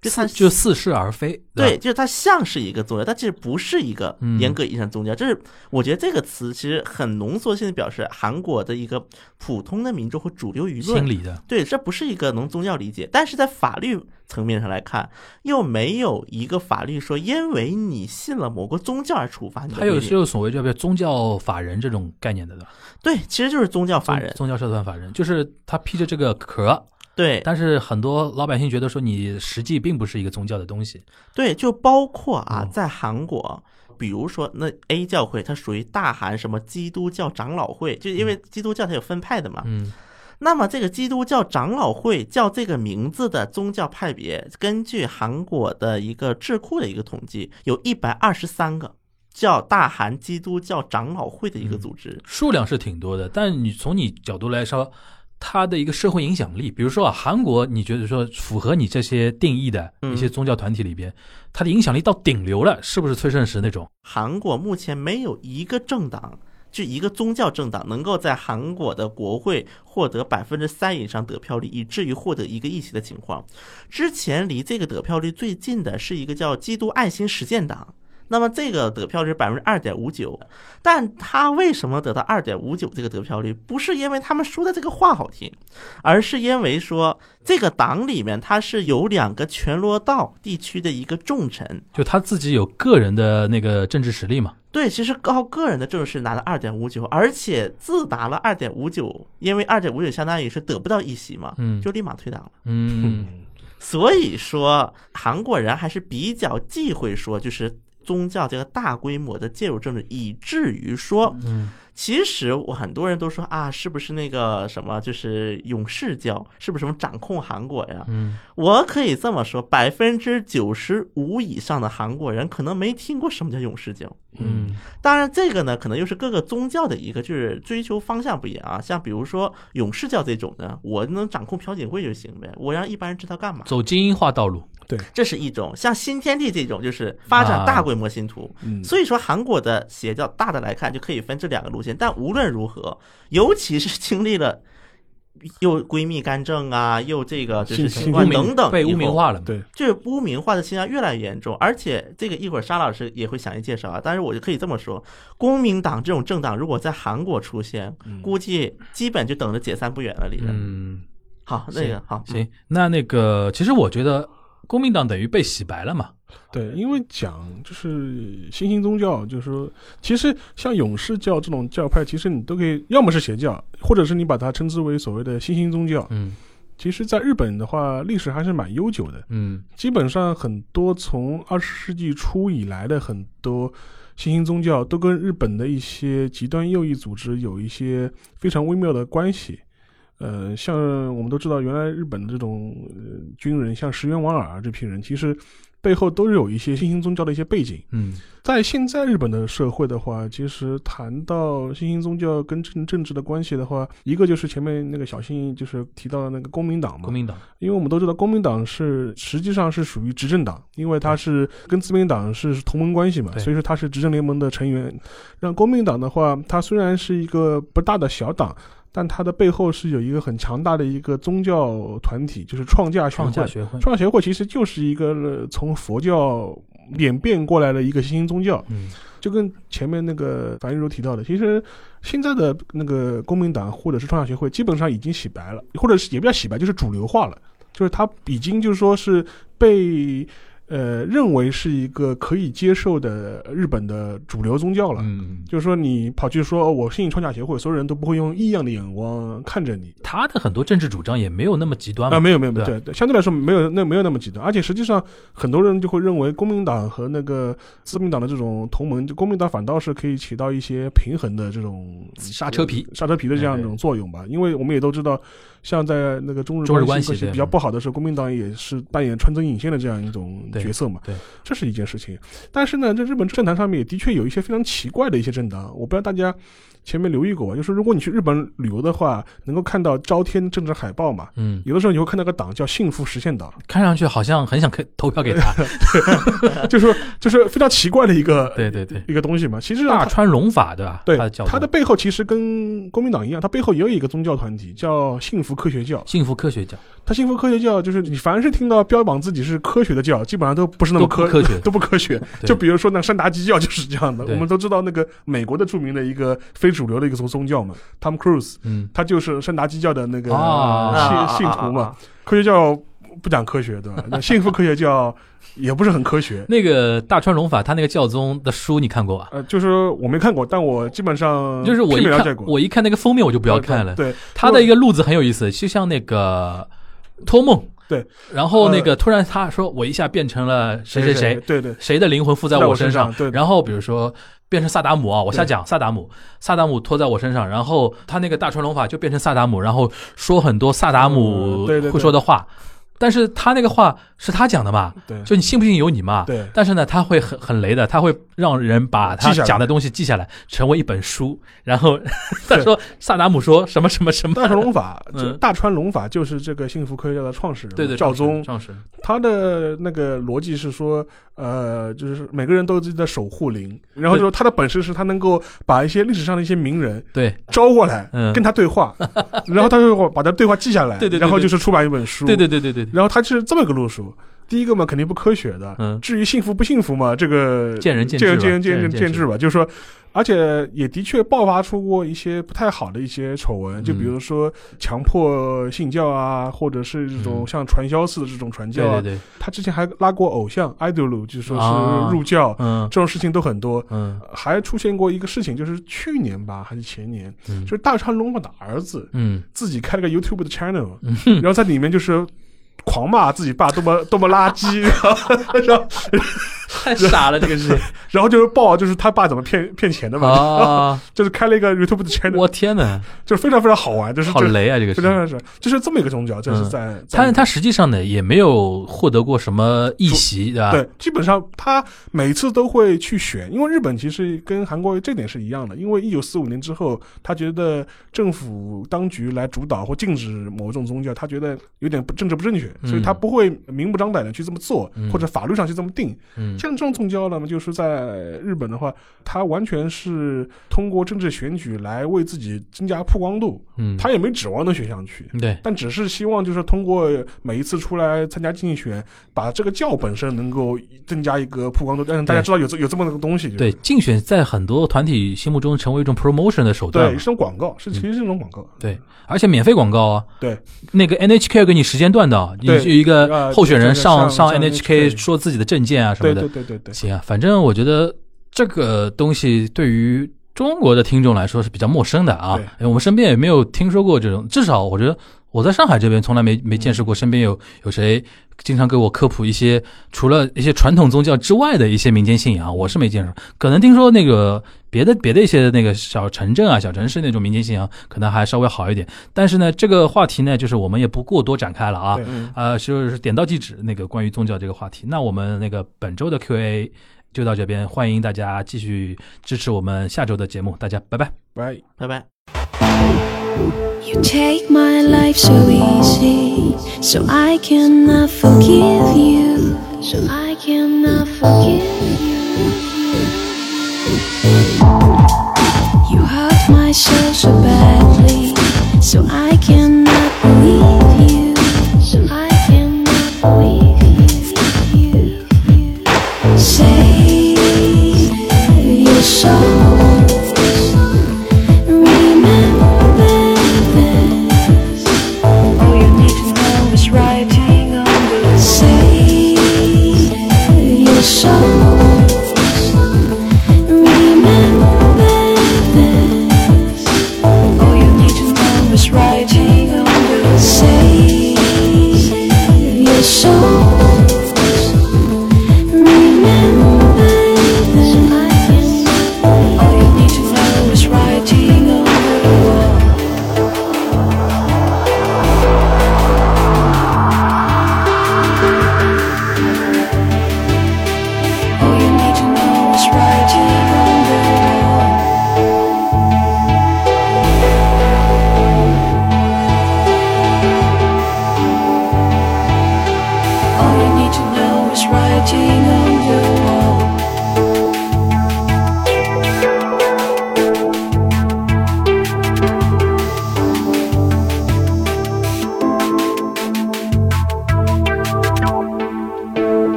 S4: 就它
S2: 嗯就似是而非，
S4: 对，
S2: 吧，
S4: 就是它像是一个宗教，但其实不是一个
S2: 嗯
S4: 严格意义上的宗教。这是我觉得这个词其实很浓缩性的表示韩国的一个普通的民众和主流舆
S2: 心
S4: 论。
S2: 理的，
S4: 对，这不是一个能宗教理解，但是在法律层面上来看，又没有一个法律说因为你信了某个宗教而处罚你的
S2: 它有
S4: 规定
S2: 是有所谓叫不叫宗教法人这种概念的，对吧？
S4: 对，其实就是宗教法
S2: 宗
S4: 人。
S2: 宗教社团法人，就是他披着这个壳，
S4: 对
S2: 但是很多老百姓觉得说你实际并不是一个宗教的东西，
S4: 对，就包括啊，
S2: 嗯
S4: 在韩国。比如说，那 A 教会它属于大韩什么基督教长老会，就因为基督教它有分派的嘛，
S2: 嗯
S4: 那么，这个基督教长老会叫这个名字的宗教派别，根据韩国的一个智库的一个统计，有一百二十三个叫大韩基督教长老会的一个组织。
S2: 数量是挺多的，但你从你角度来说，它的一个社会影响力，比如说啊，韩国你觉得说符合你这些定义的一些宗教团体里边，它的影响力到顶流了，是不是崔胜实那种？
S4: 韩国目前没有一个政党，就一个宗教政党，能够在韩国的国会获得百分之三以上得票率，以至于获得一个议席的情况。之前离这个得票率最近的是一个叫基督爱心实践党。那么这个得票率百分之二点五九，但他为什么得到二点五九这个得票率？不是因为他们说的这个话好听，而是因为说这个党里面它是有两个全罗道地区的一个重臣，
S2: 就他自己有个人的那个政治实力嘛？
S4: 对，其实靠个人的正式拿了二点五九，而且自拿了二点五九，因为二点五九相当于是得不到一席嘛，
S2: 嗯
S4: 就立马退党了。
S2: 嗯，
S4: 所以说，韩国人还是比较忌讳说，就是宗教这个大规模的介入政治，以至于说，
S2: 嗯，
S4: 其实我很多人都说啊，是不是那个什么，就是勇士教，是不是什么掌控韩国呀？
S2: 嗯，
S4: 我可以这么说，百分之九十五以上的韩国人可能没听过什么叫勇士教。
S2: 嗯
S4: 当然，这个呢，可能又是各个宗教的一个就是追求方向不一样啊。像比如说勇士教这种呢，我能掌控朴槿惠就行呗，我让一般人知道干嘛，
S2: 走精英化道路，
S4: 这是一种。像新天地这种，就是发展大规模信徒。
S3: 嗯，
S4: 所以说，韩国的邪教大的来看，就可以分这两个路线。但无论如何，尤其是经历了又闺蜜干政啊，又这个就是
S3: 信
S4: 新冠
S3: 信
S4: 等等
S2: 被
S4: 以
S2: 污名
S4: 后
S2: 化了嘛，
S3: 对，
S4: 这污名化的现象越来越严重，而且这个一会儿沙老师也会详细介绍啊。但是我就可以这么说，公民党这种政党如果在韩国出现，估计基本就等着解散不远了。离得
S2: 嗯。
S4: 好，那个好，嗯
S2: 行，那那个，其实我觉得公民党等于被洗白了嘛。
S3: 对，因为讲就是新兴宗教，就是说，其实像勇士教这种教派，其实你都可以，要么是邪教，或者是你把它称之为所谓的新兴宗教。
S2: 嗯
S3: 其实，在日本的话，历史还是蛮悠久的，
S2: 嗯
S3: 基本上很多从二十世纪初以来的很多新兴宗教，都跟日本的一些极端右翼组织有一些非常微妙的关系。呃，像我们都知道，原来日本的这种、呃、军人，像石原莞尔这批人，其实背后都是有一些新兴宗教的一些背景。
S2: 嗯
S3: 在现在日本的社会的话，其实谈到新兴宗教跟政政治的关系的话，一个就是前面那个小新就是提到的那个公民党嘛
S2: 公，民党，
S3: 因为我们都知道公民党是实际上是属于执政党，因为它是跟自民党是同盟关系嘛，
S2: 对
S3: 所以说它是执政联盟的成员。让公民党的话，它虽然是一个不大的小党。但它的背后是有一个很强大的一个宗教团体，就是创价学
S2: 创
S3: 会。
S2: 价学会。
S3: 创价协会其实就是一个呃从佛教演变过来的一个新兴宗教，
S2: 嗯
S3: 就跟前面那个樊玉茹提到的，其实现在的那个公民党或者是创价协会基本上已经洗白了，或者是也不叫洗白，就是主流化了，就是它已经就是说是被。呃认为是一个可以接受的日本的主流宗教了。
S2: 嗯，
S3: 就是说，你跑去说、哦我信创价协会，所有人都不会用异样的眼光看着你
S2: 他的很多政治主张也没有那么极端
S3: 啊、
S2: 嘛。
S3: 没有没有没有，
S2: 对
S3: 对对，相对来说没有那没有那么极端，而且实际上很多人就会认为公民党和那个自民党的这种同盟，就公民党反倒是可以起到一些平衡的这种
S2: 刹车皮，哎
S3: 刹车皮的这样一种作用吧。因为我们也都知道，像在那个中日
S2: 中日关系
S3: 系
S2: 对嗯
S3: 比较不好的时候，国民党也是扮演穿针引线的这样一种
S2: 对
S3: 角色嘛。
S2: 对
S3: 这是一件事情。但是呢，这日本政坛上面也的确有一些非常奇怪的一些政党，我不知道大家前面留意过吧？就是如果你去日本旅游的话，能够看到朝天政治海报嘛。
S2: 嗯，
S3: 有的时候你会看到个党叫“幸福实现 党
S2: 看上去好像很想可投票给 他。”，
S3: 就是说就是非常奇怪的一个
S2: 对对对，
S3: 一个东西嘛。其实
S2: 大
S3: 啊，
S2: 川龙法对吧？
S3: 对
S2: 他的教
S3: 它
S2: 宗
S3: 的背后其实跟公民党一样，它背后也有一个宗教团体叫幸福科学教。
S2: 幸福科学教
S3: 它幸福科学教就是你凡是听到标榜自己是科学的教，基本上都不是那
S2: 都
S3: 么
S2: 不
S3: 科
S2: 科学，
S3: 都不科学。
S2: 对
S3: 就比如说那个山达基教就是这样的，
S2: 对
S3: 我们都知道那个美国的著名的一个非主流的一个宗宗教嘛，Tom Cruise，
S2: 嗯，
S3: 他就是山达基教的那个
S2: 啊。
S3: 信信徒嘛。，科学教不讲科学，对吧？那幸福科学教也不是很科学
S2: 那个大川龙法他那个教宗的书你看过吧？
S3: 呃，就是我没看过，但我基本上
S2: 就是我一
S3: 嗯片面了
S2: 看
S3: 解过，
S2: 我一看那个封面我就不
S3: 不
S2: 要看了。
S3: 对，
S2: 他的一个路子很有意思，就像那个托梦，
S3: 对，
S2: 然后那
S3: 呃
S2: 个突然他说我一下变成了谁谁谁，
S3: 对对
S2: 谁的灵魂附在
S3: 在
S2: 我
S3: 我身
S2: 上
S3: 上，对
S2: 然后比如说变成萨达姆啊，我瞎
S3: 对
S2: 讲，萨达姆，萨达姆拖在我身上，然后他那个大川龙法就变成萨达姆，然后说很多萨达姆
S3: 嗯对对对
S2: 会说的话，但是他那个话是他讲的嘛，
S3: 对
S2: 就你信不信由你嘛。
S3: 对
S2: 但是呢，他会很很雷的，他会让人把他
S3: 记下来
S2: 讲的东西记下来，成为一本书。然后 他
S3: 对
S2: 说萨达姆说什么什么什么，
S3: 大川龙法，就
S2: 嗯
S3: 大川龙法就是这个幸福科学教的创始人嘛，
S2: 对对
S3: 教宗，
S2: 上神
S3: 他的那个逻辑是说，呃，就是每个人都有自己的守护灵，然后就说他的本事是他能够把一些历史上的一些名人
S2: 对
S3: 招 过来，
S2: 嗯
S3: 跟他对话，然后他就把他对话记下来，
S2: 对对对
S3: 然后
S2: 对
S3: 就是出版一本书，
S2: 对对对对对对，
S3: 然后他是这么个路数。第一个嘛，肯定不科学的。
S2: 嗯
S3: 至于幸福不幸福嘛，这个
S2: 见仁见
S3: 见
S2: 智吧
S3: 仁见
S2: 见仁
S3: 见
S2: 见
S3: 见
S2: 智
S3: 智吧。就是说，而且也的确爆发出过一些不太好的一些丑
S2: 嗯
S3: 闻，就比如说强迫信教啊，或者是这种
S2: 嗯
S3: 像传销似的这种传教
S2: 对对
S3: 啊。
S2: 对，
S3: 他之前还拉过偶像 idol，就说
S2: 啊
S3: 是入教，
S2: 嗯
S3: 这种事情都很多。
S2: 嗯
S3: 还出现过一个事情，就是去年吧，还是前年，
S2: 嗯
S3: 就是大川龙马的儿子
S2: 嗯，
S3: 自己开了个 YouTube 的 channel，、然后在里面就是狂骂自己爸多么多么垃圾，然后然后
S2: 太傻了这个 事情
S3: 然后就是报啊就是他爸怎么骗骗钱的嘛，
S2: 啊！
S3: 就是开了一个 YouTube 的 channel，
S2: 我天哪，
S3: 就是非常非常好玩，就是
S2: 好
S3: 就是
S2: 雷啊这个事情。
S3: 非常非常就是这么一个宗教，这是在、在
S2: 他他实际上呢也没有获得过什么议席，对吧？
S3: 对，基本上他每次都会去选，因为日本其实跟韩国这点是一样的，因为一九四五年之后，他觉得政府当局来主导或禁止某种宗教，他觉得有点不政治不正确，所以他不会明目张胆的去这么做，
S2: 嗯
S3: 或者法律上去这么定。
S2: 嗯
S3: 像这种宗教呢，就是在日本的话，它完全是通过政治选举来为自己增加曝光度，
S2: 嗯，
S3: 他也没指望能选上去。
S2: 对
S3: 但只是希望就是通过每一次出来参加竞选，把这个教本身能够增加一个曝光度，让大家知道有这有这么个东西。就是
S2: 对，竞选在很多团体心目中成为一种 promotion 的手段
S3: 对，
S2: 嘛
S3: 是，种广告，是其实是一种广告。
S2: 对，而且免费广告啊，
S3: 对，
S2: 那个 NHK 要给你时间段的啊，你
S3: 对
S2: 有一个
S3: 呃
S2: 候选人
S3: 对
S2: 上
S3: 上上
S2: NHK
S3: NHK
S2: 说自己的证件啊什么
S3: 对
S2: 的
S3: 对，对对对，
S2: 行啊，反正我觉得这个东西对于中国的听众来说是比较陌生的啊
S3: 对，
S2: 因为我们身边也没有听说过这种，至少我觉得我在上海这边从来没没见识
S3: 嗯
S2: 过身边有有谁经常给我科普一些除了一些传统宗教之外的一些民间信仰，啊我是没见识过，可能听说那个。别的别的一些那个小城镇啊、小城市那种民间信仰，可能还稍微好一点。但是呢，这个话题呢，就是我们也不过多展开了啊。
S3: 对
S2: 啊，就是点到即止那个关于宗教这个话题。那我们那个本周的 Q&A 就到这边，欢迎大家继续支持我们下周的节目，大家拜拜。
S3: 喂。
S4: 拜拜。
S5: You take my life so easy, so I cannot forgive you, so I cannot forgive you. You hurt my soul so badly, so I cannot believe you, so I cannot believe you. Save your soul. All you need to know is writing on the same Save your soul.